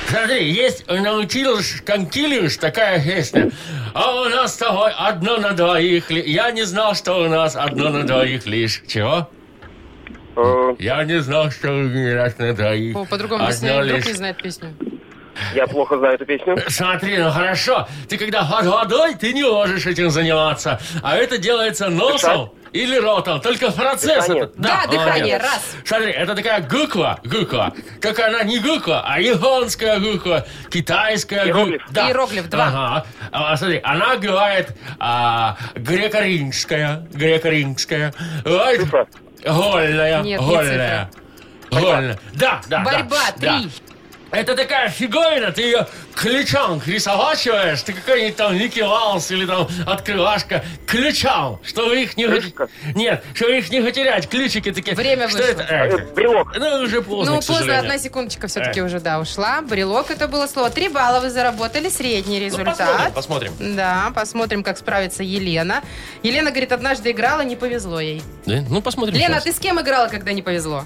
Смотри, есть научилась конкилиус, такая песня. А у нас с тобой одно на двоих. ли- Я не знал, что у нас одно на двоих лишь. Чего? Э, Я не знал, что у нас на двоих. Вова, По-другому, одно если вдруг лишь. не знает песню. Я плохо знаю эту песню. Смотри, ну хорошо. Ты когда под водой, ты не можешь этим заниматься. А это делается носом или ротом. Только процесс Дыхание. этот. Да, дыхание, молодец. раз. Смотри, это такая гуква, гуква. Как она не гуква, а японская гуква, китайская гуква. Иероглиф. Иероглиф, два. Ага. А, смотри, она говорит а, греко-римская, греко-римская. Ой, Цифра. Гольная, Нет, не гольная. Гольная. Да, да, да, Борьба, да. три. Это такая фиговина, ты ее ключом рисовачиваешь, ты какой-нибудь там Ники Валс или там открывашка ключом, чтобы их не... Крышка? Нет, чтобы их не потерять, ключики такие. Время что вышло. это? Э, Э, Брелок. Ну, уже поздно, Ну, к поздно, сожалению. одна секундочка все-таки Э. уже, да, ушла. Брелок это было слово. Три балла вы заработали, средний Ну, посмотрим, результат. посмотрим. Да, посмотрим, как справится Елена. Елена говорит, однажды играла, не повезло ей. Да, Ну, посмотрим. Лена, а сейчас. ты с кем играла, когда не повезло?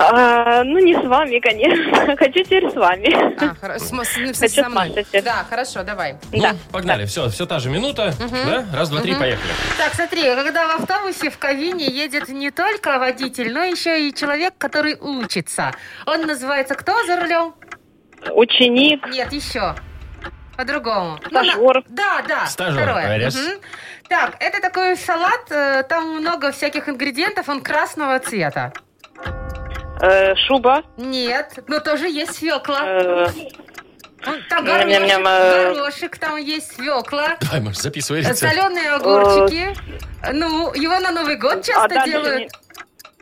А, ну, не с вами, конечно. Хочу теперь с вами. А, хоро- с- с- ну, в смысле, Хочу со мной. спать, кстати. Да, хорошо, давай. Ну, Да. погнали, все, все та же минута, да? Раз, два, три, поехали. Так, смотри, когда в автобусе в кабине едет не только водитель, но еще и человек, который учится. Он называется кто за рулем? Ученик. Нет, еще. По-другому. Ну, на- Стажер. Да, да. Стажер, Второе. раз. Мгм. Так, это такой салат, э, там много всяких ингредиентов, он красного цвета. э, шуба. Нет, но тоже есть свекла. э, Там горошек, Ням-ням-ням, э. горошек, там есть свекла. Давай, Маш, записывай рецепт. Соленые огурчики. Ну, его на Новый год а часто дальше делают. не-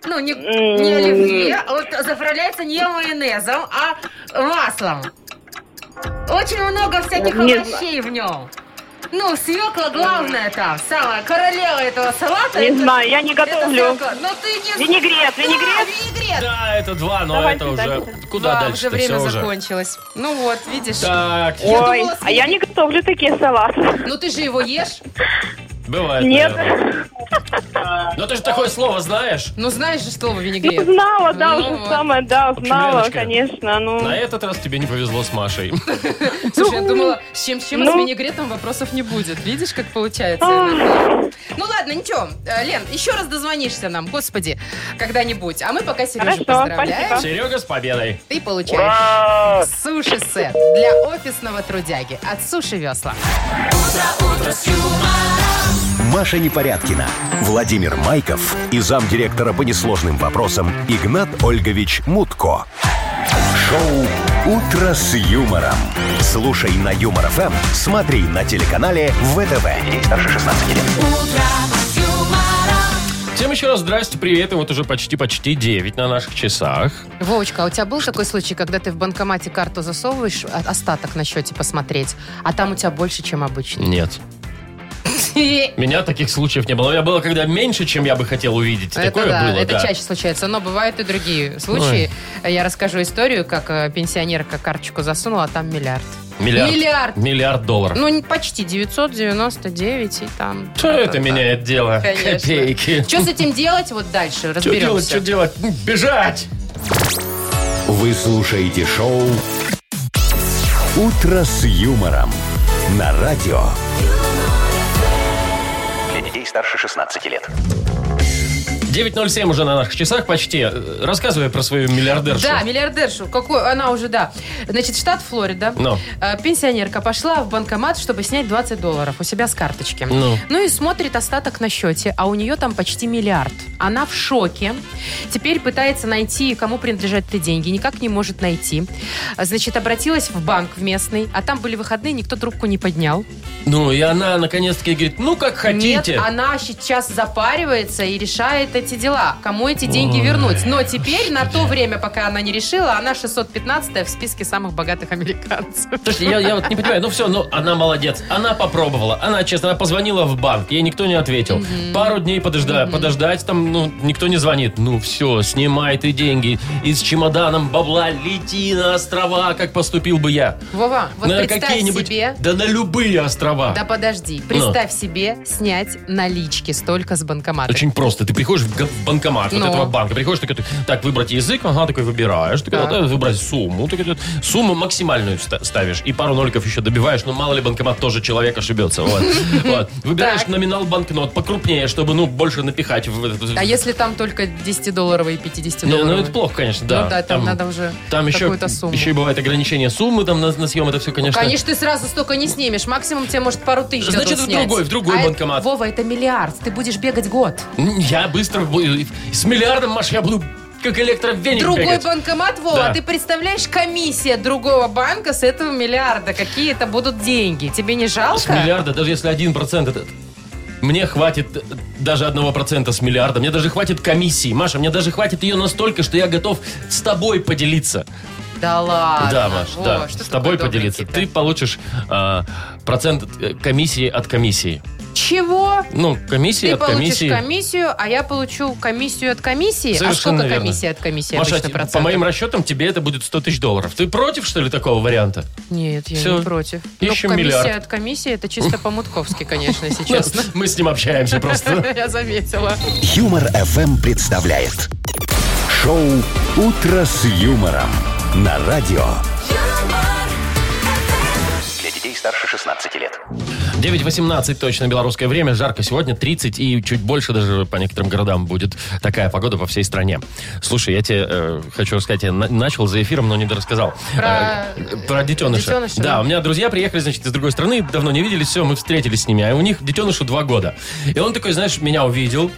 Ну, не, М. не оливье, а вот заправляется не майонезом, а маслом. Очень много всяких Не овощей в нем. Ну, свекла главное там, самая королева этого салата. Не это- знаю, я не это готовлю. свекла. Но ты не... Винегрет, Да, винегрет. винегрет. Да, это два, но Давайте это уже... дальше. Куда Да, дальше уже время закончилось. Ну вот, видишь. Так, Я Ой, думала, а я не готовлю такие салаты. Ну ты же его ешь. бывает. Нет. наверное. Но ты же такое слово знаешь. Ну знаешь же слово Ну, винегрет. знала, да, Ну, уже вот. самое, да, общем, знала, Леночка, конечно, ну... На этот раз тебе не повезло с Машей. Слушай, я думала, с чем, с чем, а с Ну. А, винегретом вопросов не будет. Видишь, как получается? Ах, Ну ладно, ничего. Э, Лен, еще раз дозвонишься нам, господи, когда-нибудь. А мы пока Сережу Хорошо, поздравляем. спасибо. Серега с победой. Ты получаешь суши-сет для офисного трудяги от Суши Весла. Маша Непорядкина, Владимир Майков и замдиректора по несложным вопросам Игнат Ольгович Мутко. Шоу «Утро с юмором». Слушай на Юмор ФМ, смотри на телеканале ВТВ. Ей старше 16 лет. Всем еще раз здрасте, привет. И вот уже почти-почти 9 на наших часах. Вовочка, а у тебя был такой случай, когда ты в банкомате карту засовываешь, а- остаток на счете посмотреть, а там у тебя больше, чем обычно? Нет. Меня таких случаев не было. У меня было, когда меньше, чем я бы хотел увидеть. Такое это да, было, это да. чаще случается, но бывают и другие случаи. Я расскажу историю, как э, пенсионерка карточку засунула, а там миллиард. Миллиард. Миллиард. Миллиард долларов. Ну, не- почти 999 и там. Что это меняет дело? Конечно. Копейки. Что с этим делать? Вот дальше Что делать, разберемся. что делать? Ну, Бежать! Вы слушаете шоу «Утро с юмором» на радио. Для детей старше 16 лет. 9.07 уже на наших часах почти. Э, Рассказывай про свою миллиардершу. Да, миллиардершу. Какую? Она уже, да. Значит, штат Флорида. Ну. Э, Пенсионерка пошла в банкомат, чтобы снять 20 долларов у себя с карточки. Ну. и смотрит остаток на счете, а у нее там почти миллиард. Она в шоке. Теперь пытается найти, кому принадлежат эти деньги. Никак не может найти. А, Значит, обратилась в банк в местный, а там были выходные, никто трубку не поднял. Ну, и она наконец-таки говорит, ну, как хотите. Нет, она сейчас запаривается и решает эти дела. Кому эти деньги вернуть? Но теперь, на то время, пока она не решила, она 615-я в списке самых богатых американцев. Слушайте, я, я вот не понимаю, ну все, ну она молодец. Она попробовала. Она, честно, она позвонила в банк, ей никто не ответил. Пару дней подожда- подождать, там, ну, никто не звонит. Ну все, снимай ты деньги. И с чемоданом бабла лети на острова, как поступил бы я. Вова, вот на представь Ну, а какие-нибудь. Ну. себе... Да на любые острова. Да подожди, представь себе снять налички столько с банкомата. Очень просто. Ты приходишь в га- в банкомат Ну. вот этого банка, приходишь, такой, так, выбрать язык, ага, такой выбираешь, такой, Так. да, выбрать сумму, такой, вот, сумму максимальную ста- ставишь, и пару ноликов еще добиваешь, но мало ли банкомат тоже человек ошибется. Вот. Вот. Выбираешь Так. номинал банкнот покрупнее, чтобы, ну, больше напихать. в этот- А если там только 10-долларовые и Не, ну, 50-долларовые? это плохо, конечно, да. Ну да, там надо уже там еще, какую-то сумму. еще и бывает ограничение суммы там на, на съем, это все, конечно. Конечно, ты сразу столько не снимешь. Максимум тебе, может, пару тысяч Значит, дадут в снять. другой, в другой А это- банкомат. Вова, это миллиард. Ты будешь бегать год. М, Я быстро буду- с миллиардом, Маш, я буду как электровеник Другой бегать. банкомат, Вова, Да. а ты представляешь, комиссия другого банка с этого миллиарда. Какие это будут деньги? Тебе не жалко? С миллиарда, даже если 1% этот. Мне хватит э, даже одного процента с миллиарда. Мне даже хватит комиссии. Маша, мне даже хватит ее настолько, что я готов с тобой поделиться. Да ладно. да, Маш, Вова, да. что С ты тобой такой добрый поделиться. тип-то? Ты получишь а, процент э, комиссии от комиссии. Чего? Ну, комиссия Ты от получишь комиссии. комиссию, а я получу комиссию от комиссии. Совершенно а сколько верно. комиссия от комиссии Маша, обычно ти- процентов? по моим расчетам, тебе это будет 100 тысяч долларов. Ты против, что ли, такого варианта? Нет, я Всё. не против. Ищем комиссия миллиард. от комиссии, это чисто по-мутковски, конечно, если честно. Ну, Мы с ним общаемся просто. Я заметила. Юмор FM представляет шоу Утро с юмором на радио. Для детей старше 16 лет. 9.18 точно белорусское время. Жарко сегодня, 30 и чуть больше даже по некоторым городам будет такая погода по всей стране. Слушай, я тебе э, хочу рассказать, я на- начал за эфиром, но не дорассказал. Э, Про- про детеныша. детеныша, да, да. у меня друзья приехали, значит, из другой страны, давно не виделись, все, мы встретились с ними, а у них детенышу два года. И он такой, знаешь, меня увидел,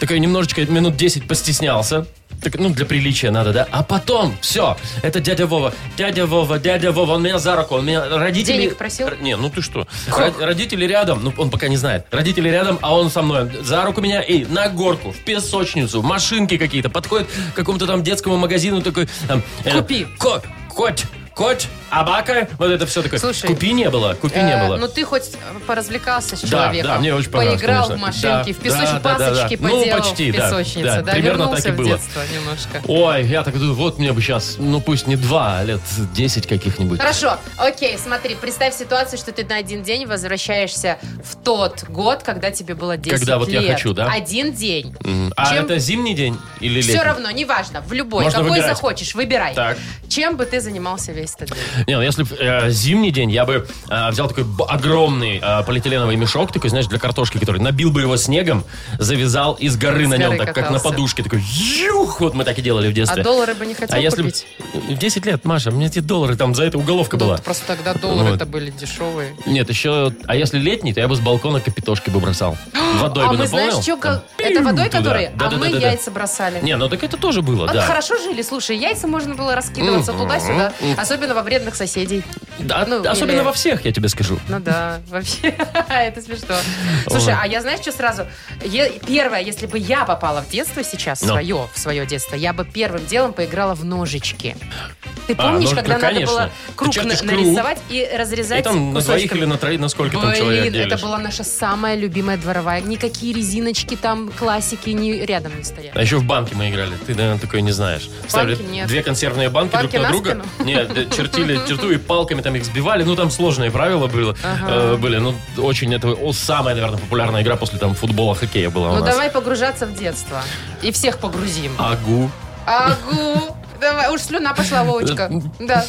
такой немножечко минут 10 постеснялся, так, ну, для приличия надо, да? А потом, все, это дядя Вова, дядя Вова, дядя Вова, он меня за руку, он меня, родители... Денег просил? Р- Не, ну ты что? Ро- Родители рядом, ну он пока не знает. Родители рядом, а он со мной. За руку меня, и на горку, в песочницу, в машинки какие-то. Подходит к какому-то там детскому магазину такой... там, э, Купи. ко- Коть, коть, абака, вот это все такое. Слушай, купи не было, купи не Э, было. Ну ты хоть поразвлекался с Да, человеком. да, мне очень понравилось, Поиграл в конечно. машинке, Да, в песочнице, да, да, да, да. пасочки Ну, поделал почти, в да, песочнице. да, да. примерно Вернулся так и в было. детство немножко. Ой, я так думаю, вот мне бы сейчас, ну пусть не два, а лет 10 каких-нибудь. Хорошо, окей, смотри, представь ситуацию, что ты на один день возвращаешься в тот год, когда тебе было 10 Когда вот я лет. хочу, да? Один день. М, А Чем- это зимний день или летний? Все равно, неважно, в любой, Можно какой выбирать. захочешь, выбирай. Так. Чем бы ты занимался весь этот день? А Не, ну если б, э, зимний день, я бы э, взял такой б- огромный э, полиэтиленовый мешок, такой, знаешь, для картошки, который набил бы его снегом, завязал и с горы С на нем, горы так как на катался. подушке, такой, юх, вот мы так и делали в А детстве. доллары бы не хотел А если б- купить? в 10 лет, Маша, мне эти доллары там за это уголовка Ну, была. просто тогда доллары-то Вот. были дешевые. Нет, еще, а если летний, то я бы с балкона капитошки бы бросал. Водой а бы мы наполнил. знаешь, что, там, как... это водой, туда. которые, а Да-да-да-да-да. мы яйца бросали. Не, ну так это тоже было, Вот да. хорошо жили, слушай, яйца можно было раскидываться Мгм. туда-сюда, особенно во вредных соседей. Да, Ну, особенно или- во всех, я тебе скажу. Ну да, вообще, это смешно. Слушай, Ой. а я знаешь, что сразу? Е- Первое, если бы я попала в детство сейчас, Ну. свое, в свое детство, я бы первым делом поиграла в ножички. Ты А, помнишь, ножик, когда ну, надо конечно. было Ты круг на- чертишь круг, нарисовать и И разрезать там на кусочками? двоих или на троих, на сколько там человек Блин, делишь. это была наша самая любимая дворовая. Никакие резиночки там, классики ни, рядом не стояли. А еще в банки мы играли. Ты, наверное, такое не знаешь. Ставили нет. две консервные банки, Банки друг на на друга. спину? Нет, да, чертили черту и палками там их сбивали. Ну, там сложные правила было, Ага. э, были. Ну, очень это о, самая, наверное, популярная игра после там футбола, хоккея была у Ну нас. А. давай погружаться в детство. И всех погрузим. Агу. Агу! Давай, уж слюна пошла, Э, Вовочка. Да.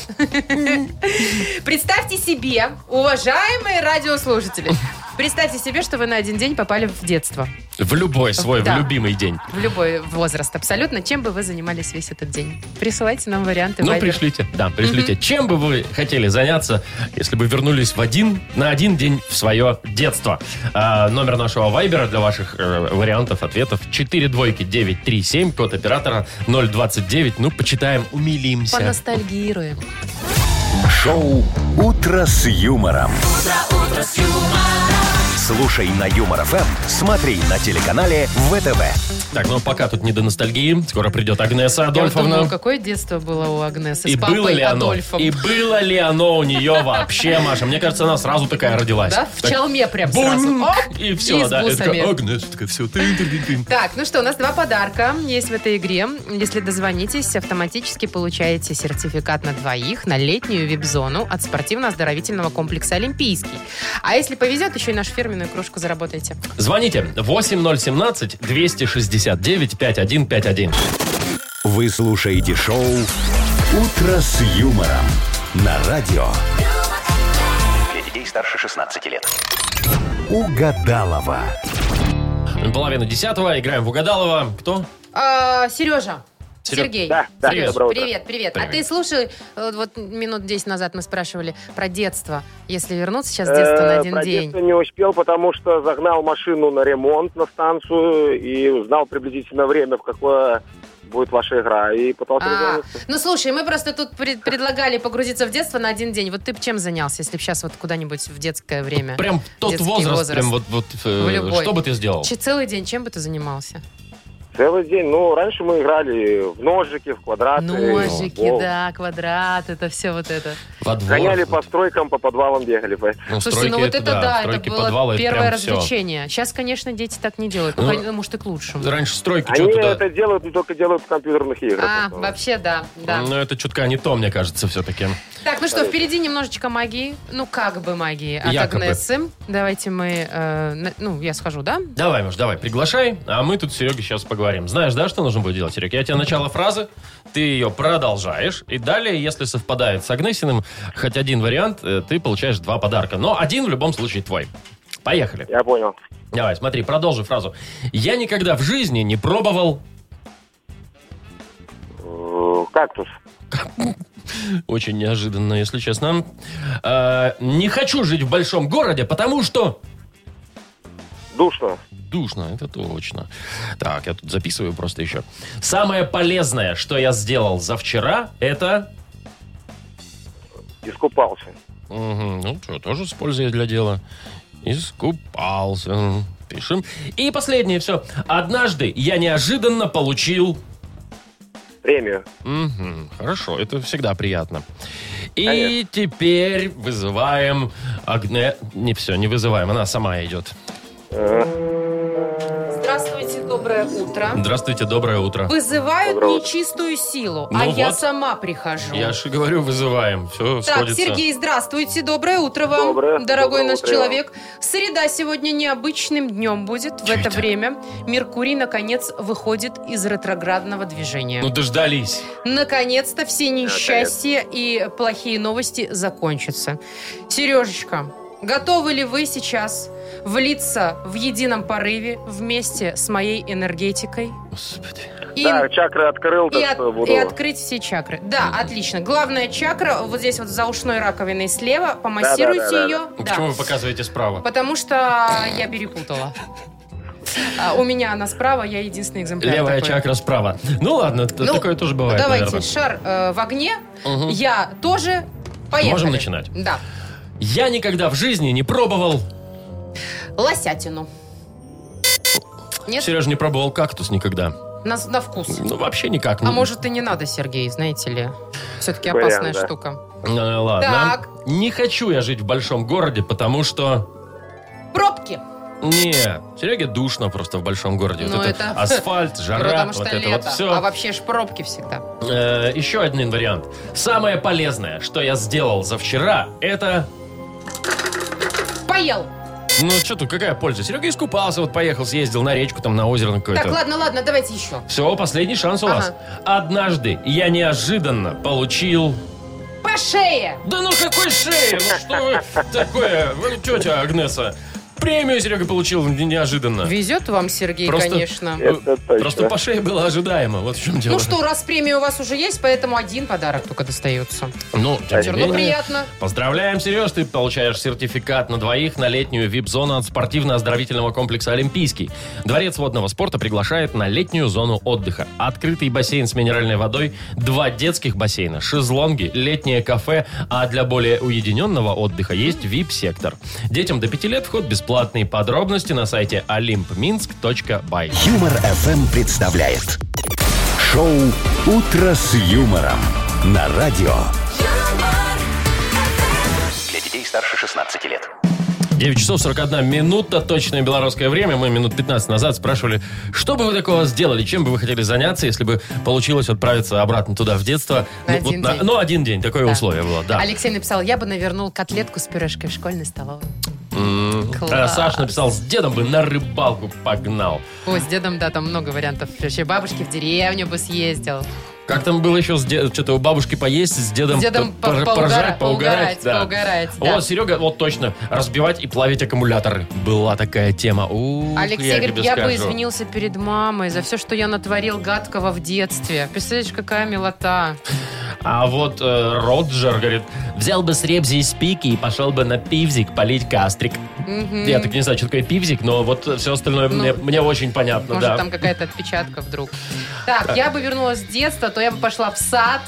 Представьте себе, уважаемые радиослушатели, представьте себе, что вы на один день попали в детство. В любой свой, Да. в любимый день. В любой возраст абсолютно. Чем бы вы занимались весь этот день? Присылайте нам варианты. Ну, Viber. пришлите. Да, пришлите. Чем бы вы хотели заняться, если бы вернулись в один, на один день в свое детство? А, номер нашего вайбера для ваших э, вариантов, ответов 4 двойки 937, код оператора 029. Ну, почитаем, умилимся. Поностальгируем. Шоу «Утро с юмором». Слушай на Юмор ФМ, смотри на телеканале ВТВ. Так, ну пока тут не до ностальгии. Скоро придет Агнеса Я вот думаю, Адольфовна. какое детство было у Агнесы И с папой было ли оно? Адольфом. И было ли оно у нее вообще, Маша? Мне кажется, она сразу такая родилась. Да? В Так, челме прям сразу. бунь, Оп! и все, с да. И бусами. такая, Агнеса, такая, все, ты Так, ну что, у нас два подарка есть в этой игре. Если дозвонитесь, автоматически получаете сертификат на двоих на летнюю вип-зону от спортивно-оздоровительного комплекса «Олимпийский». А если повезет, еще и нашу фирменную кружку заработаете. Звоните 8017-269-5151. Вы слушаете шоу «Утро с юмором» на радио Для детей старше 16 лет. Угадалова. Половина десятого, играем в Угадалова. Кто? А, Сережа. Серё- Сергей. Да, да, Привет. доброе утро. Привет, привет, Привет. А ты слушай, э, вот минут 10 назад мы спрашивали про детство. Если вернуться сейчас с детства на Э, один про день. детство не успел, потому что загнал машину на ремонт на станцию и узнал приблизительно время, в какое будет ваша игра. И пытался А, дозвониться. ну слушай, мы просто тут пред- предлагали погрузиться в детство на один день. Вот ты бы чем занялся, если бы сейчас вот куда-нибудь в детское время? Прям тот Детский возраст, возраст. прям вот, вот э, В любой. что бы ты сделал? Че- целый день чем бы ты занимался? Целый день. Ну, раньше мы играли в ножики, в квадраты. в Ножики, футбол. да, квадрат, это все вот это. Во двор? Гоняли по Вот. стройкам, по подвалам бегали. поэтому. Ну, Слушайте, ну стройки вот это да, стройки, это было подвалы, это первое прям всё. развлечение. Сейчас, конечно, дети так не делают. Ну, Ну, конечно, может, и к лучшему. Раньше стройки Они что-то... это делают, но только делают в компьютерных играх. А, в основном. вообще да, да. Ну, это чутка не то, мне кажется, все-таки. Так, ну что, впереди немножечко магии. Ну, как бы магии от Якобы. Агнессы. Давайте мы, э, на- ну, я схожу, да? Давай, Маш, давай, приглашай, а мы тут с Серегой сейчас поговорим. Знаешь, да, что нужно будет делать, Серег? Я тебе начало фразы, ты ее продолжаешь, и далее, если совпадает с Агнесиным, хоть один вариант, э, ты получаешь два подарка. Но один в любом случае твой. Поехали. Я понял. Давай, смотри, продолжи фразу. Я никогда в жизни не пробовал... Э, Кактус. Очень неожиданно, если честно. Э, не хочу жить в большом городе, потому что... Душно. Душно, это точно. Так, я тут записываю просто еще. Самое полезное, что я сделал за вчера, это... Искупался. Мгм, ну, что, тоже с пользой для дела. Искупался. Пишем. И последнее все. Однажды я неожиданно получил... Премию. Мгм, хорошо, это всегда приятно. И Конечно. теперь вызываем Агне... Не все, не вызываем, она сама идет. Здравствуйте, доброе утро. Здравствуйте, доброе утро. Вызывают Доброе утро. нечистую силу, Ну а я вот. сама прихожу. Я же говорю, вызываем. Все Так, сходится. Сергей, здравствуйте, доброе утро вам, Доброе, дорогой доброе наш утро и человек. Среда сегодня необычным днем будет. В Чё это это? время Меркурий наконец выходит из ретроградного движения. Ну дождались. Наконец-то все несчастья и плохие новости закончатся. Сережечка, готовы ли вы сейчас влиться в едином порыве вместе с моей энергетикой Господи. и, Да, чакры открыл, и так от- что буду. и открыть все чакры? Да, отлично. Главная чакра вот здесь вот за ушной раковиной слева. Помассируйте да, да, ее. Ну, Да. Почему вы показываете справа? Потому что я перепутала. А, У меня она справа, я единственный экземпляр. Левая такой. чакра справа. Ну ладно, т- Ну, такое тоже Ну, бывает, давайте, наверное. шар э, в огне. Мгм. Я тоже. Поехали. Можем начинать. Да. Я никогда в жизни не пробовал... Лосятину. Нет, Сережа не пробовал кактус никогда. на, на вкус. Ну вообще никак. А Ну, может и не надо, Сергей, знаете ли. Все-таки Вариант, опасная да. штука. э, Ладно. Так. Не хочу я жить в большом городе, потому что... Пробки. Не, Сереге душно просто в большом городе. Ну, вот это, это- асфальт, жара, потому что вот это лето. вот все. А вообще ж пробки всегда. еще один вариант. Самое полезное, что я сделал за вчера, это... Поел. Ну, что тут, какая польза? Серега искупался, вот поехал, съездил на речку, Ну там, на озеро на какое-то. Так, ладно, ладно, давайте еще. Все, последний шанс у вас. Однажды я неожиданно получил... По шее. Да ну какой шеи? Ну что вы такое? Вы тетя Агнеса. Премию Серега получил не- неожиданно. Везет вам, Сергей, Просто- конечно. Э, Это точно. Просто по шее было ожидаемо. Вот в чем дело. Ну что, раз премия у вас уже есть, поэтому один подарок только достается. Ну, тем не Все равно менее. приятно. Поздравляем, Сереж, ты получаешь сертификат на двоих на летнюю вип-зону от спортивно-оздоровительного комплекса «Олимпийский». Дворец водного спорта приглашает на летнюю зону отдыха. Открытый бассейн с минеральной водой, два детских бассейна, шезлонги, летнее кафе, а для более уединенного отдыха есть вип-сектор. Детям до 5 лет вход бесплатный. Подробности на сайте olympminsk.by. Юмор FM представляет шоу Утро с юмором на радио. юмор, Для детей старше 16 лет. 9 часов 41 минута, точное белорусское время. Мы минут 15 назад спрашивали, что бы вы такого сделали, чем бы вы хотели заняться, если бы получилось отправиться обратно туда, в детство. На ну, вот один день. ну, один день, такое Да. условие было, да. Алексей написал, я бы навернул котлетку с пюрешкой в школьной столовой. М. Класс. А Саш написал, с дедом бы на рыбалку погнал. Ой, с дедом, да, там много вариантов. Вообще бабушки в деревню бы съездил. Как там было еще, с де- что-то у бабушки поесть, с дедом, С дедом по- по- пор- поугара- поржать, поугарать. поугарать, да. поугарать, да. Вот, Серега, вот точно, разбивать и плавить аккумуляторы. Была такая тема. Ух, Алексей я говорит, тебе я бы скажу». извинился перед мамой за все, что я натворил гадкого в детстве. Представляешь, какая милота. А вот э, Роджер говорит, взял бы с ребзи из пики и пошел бы на пивзик полить кастрик. Мгм. Ну, Я так не знаю, что такое пивзик, но вот все остальное мне, мне очень понятно, Может, Ну да. там какая-то отпечатка вдруг. Так, я бы вернулась с детства, то я бы пошла в сад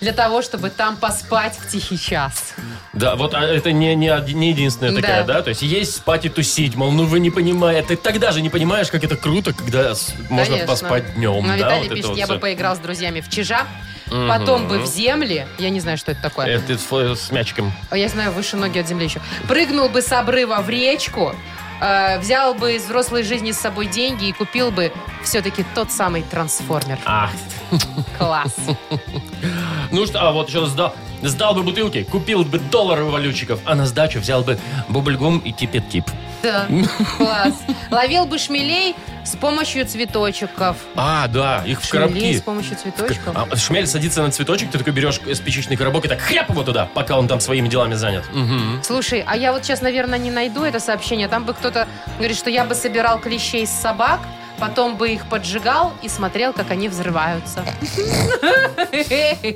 для того, чтобы там поспать в тихий час. Да, вот а это не, не, оди- не единственная такая, Да. да? То есть есть спать и тусить, мол, ну вы не понимаете. Ты тогда же не понимаешь, как это круто, когда с- можно Конечно. поспать днем, Ну, да? Виталий вот это пишет, вот я всё. бы поиграл с друзьями в чижа, потом бы в земли, я не знаю, что это такое, Это Э, ты с, фо- с мячиком. О, Я знаю, выше ноги от земли еще. Прыгнул бы с обрыва в речку, э, взял бы из взрослой жизни с собой деньги и купил бы все-таки тот самый трансформер. Ах, Класс. А. ну что, а вот еще сдал, сдал бы бутылки, купил бы доллары у валютчиков, а на сдачу взял бы бубльгум и типет-тип. Да, класс. Ловил бы шмелей с помощью цветочков. А, да, их в Шмелей коробки. с помощью цветочков. А шмель садится на цветочек, ты такой берешь спичечный коробок и так хряп его туда, пока он там своими делами занят. Мгм. Слушай, а я вот сейчас, наверное, не найду это сообщение. Там бы кто-то говорит, что я бы собирал клещей с собак, потом бы их поджигал и смотрел, как они взрываются.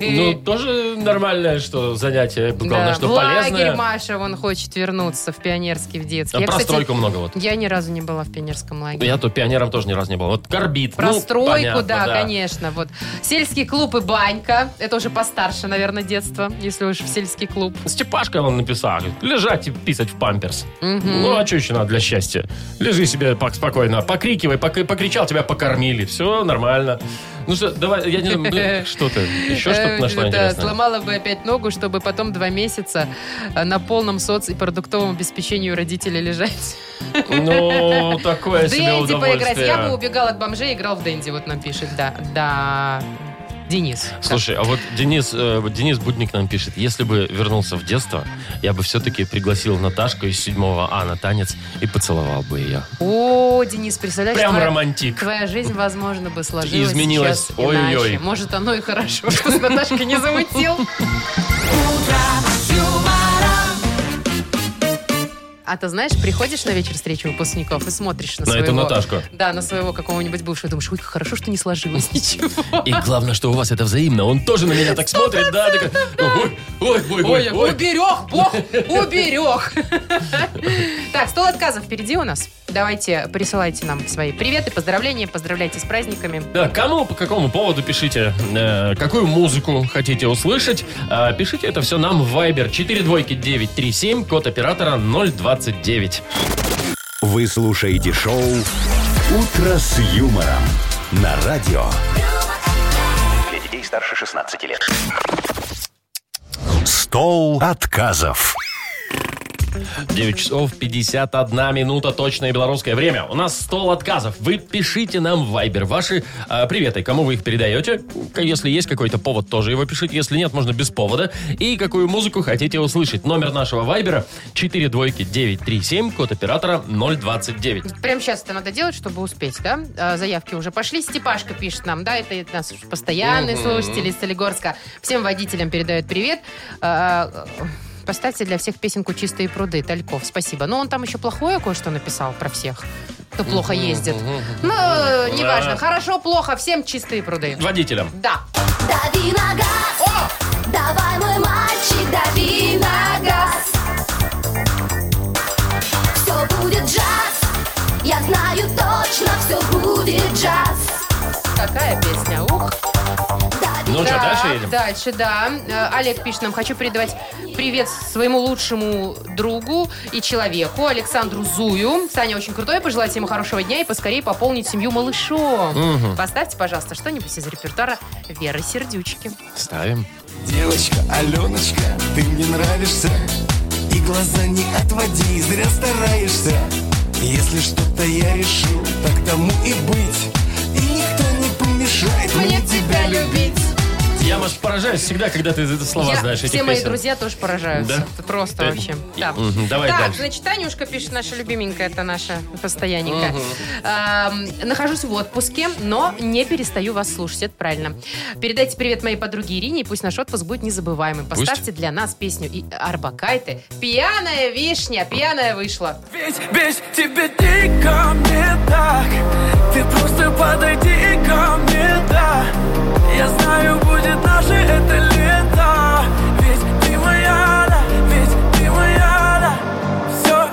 Ну, тоже нормальное, что занятие. Главное, Да, что в лагерь полезное. Маша, он хочет вернуться в пионерский, в детский. А Я, Про кстати, стройку много вот. я ни разу не была в пионерском лагере. Ну, Я то пионером тоже ни разу не был. Вот корбит. Про ну, стройку, понятно, да, конечно. Вот. Сельский клуб и банька. Это уже постарше, наверное, детство, если уж в сельский клуб. Степашка он написал. говорит, Лежать и писать в памперс. Мгм. Ну, а что еще надо для счастья? Лежи себе пак- спокойно, покрикивай, пока покричал, тебя покормили. Все нормально. Ну что, давай, я не знаю, блин, что ты? Еще что-то Э, нашла это, интересное? Сломала бы опять ногу, чтобы потом два месяца э, на полном соц. и продуктовом обеспечении у родителей лежать. Ну, такое в себе Дэнди поиграть. удовольствие. Я бы убегал от бомжей и играл в Дэнди, вот нам пишет. Да, да. Денис. Слушай, а вот Денис, э, вот Денис Будник нам пишет, если бы вернулся в детство, я бы все-таки пригласил Наташку из 7 А на танец и поцеловал бы ее. О, Денис, представляешь, Прям твоя- романтик. Твоя жизнь, возможно, бы сложилась Изменилась. сейчас Ой-ой. иначе. Может, оно и хорошо, что с Наташкой не замутил. А ты знаешь, приходишь на вечер встречи выпускников и смотришь на, На своего... эту Наташку. Да, на своего какого-нибудь бывшего. Думаешь, ой, как хорошо, что не сложилось ничего. И главное, что у вас это взаимно. Он тоже на меня так смотрит, да, такой, «Ну, ой, ой, ой, ой, Ой, ой. уберег, бог, уберег. Так, стол отказов впереди у нас. Давайте присылайте нам свои приветы, поздравления, поздравляйте с праздниками. Да, кому, по какому поводу пишите, э, какую музыку хотите услышать, э, пишите это все нам в Viber 42937, код оператора 029. Вы слушаете шоу «Утро с юмором» на радио. Для детей старше 16 лет. Стол отказов. 9 часов 51 минута, точное белорусское время. У нас стол отказов. Вы пишите нам в Viber ваши э, приветы, кому вы их передаете. Если есть какой-то повод, тоже его пишите. Если нет, можно без повода. И какую музыку хотите услышать. Номер нашего Viber 42937, код оператора 029. Прямо сейчас это надо делать, чтобы успеть, да? А, Заявки уже пошли. Степашка пишет нам, да, это нас постоянный слушатель из Солигорска. Всем водителям передает привет. А, а, Поставьте для всех песенку «Чистые пруды» Тальков. Спасибо. Но он там еще плохое кое-что написал про всех, кто плохо ездит. Ну, э, неважно. Хорошо, плохо. Всем «Чистые пруды». Водителям. Да. Дави на газ. Давай, мой мальчик, дави на газ. Все будет джаз. Я знаю точно, все будет джаз. Какая песня? Ух. Дави Ну что, Так, дальше едем? Дальше, да. Э, Олег пишет нам, хочу передавать привет своему лучшему другу и человеку, Александру Зую. Саня очень крутой, пожелайте ему хорошего дня и поскорее пополнить семью малышом. Поставьте, пожалуйста, что-нибудь из репертуара Веры Сердючки. Ставим. Девочка, Аленочка, ты мне нравишься И глаза не отводи, зря стараешься Если что-то я решил, так тому и быть И никто не помешает мне тебя любить Я, Маш, поражаюсь всегда, когда ты эти слова Я- знаешь, все этих мои песен. друзья тоже поражаются. Да? Это Просто Э, вообще. и- Да. мгм, давай так, дальше. значит, Танюшка пишет, наша любименькая, это наша постоянненькая. Эм, нахожусь в отпуске, но не перестаю вас слушать, это правильно. Передайте привет моей подруге Ирине, и пусть наш отпуск будет незабываемым. Поставьте для нас песню и Арбакайте. «Пьяная вишня», «Пьяная вышла». Ведь, ведь тебе ты ко мне так Ты просто подойди ко мне, да Я знаю, будет наше это лето Ведь ты моя, да, ведь ты моя, да Все,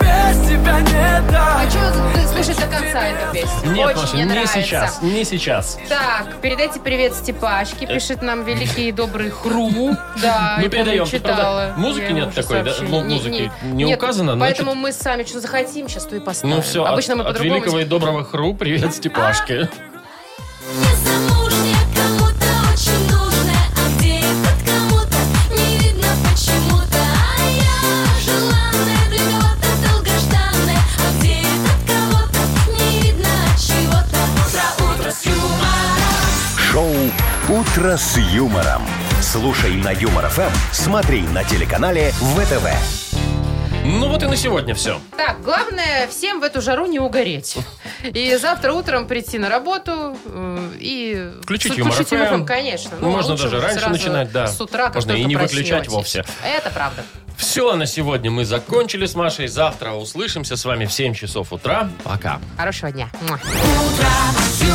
без тебя не да А что ты слушаешь до конца эту песню? Нет, Очень Маша, мне не нравится. сейчас, не сейчас. Так, передайте привет Э. Степашке, пишет нам великий и добрый Хру. Да, Ну, я, помню, передаем. читала. Правда, музыки Я нет уже такой, да? сообщила. Ну, Не- музыки не- не нет, указано, значит- Поэтому мы сами что захотим, сейчас то и поставим. Ну все, Обычно от, мы от по-другому... великого и доброго хру привет Степашке. Незамужняя кому-то очень нужная, а где этот кому-то не видно почему-то. А я желанная для кого-то долгожданная, а где этот кого-то не видно от чего-то. Утро, утро с юмором. Шоу «Утро с юмором». Слушай на Юмор ФМ, смотри на телеканале ВТВ. Ну вот и на сегодня все. Так, главное всем в эту жару не угореть. И завтра утром прийти на работу э, и... Включить с- Юмор включить FM. FM, конечно. а Можно лучше даже раньше сразу начинать, да. С утра как Можно и только не выключать проснетесь. вовсе. Это правда. Все на сегодня мы закончили с Машей. Завтра услышимся с вами в 7 часов утра. Пока. Хорошего дня. Муа. Утро с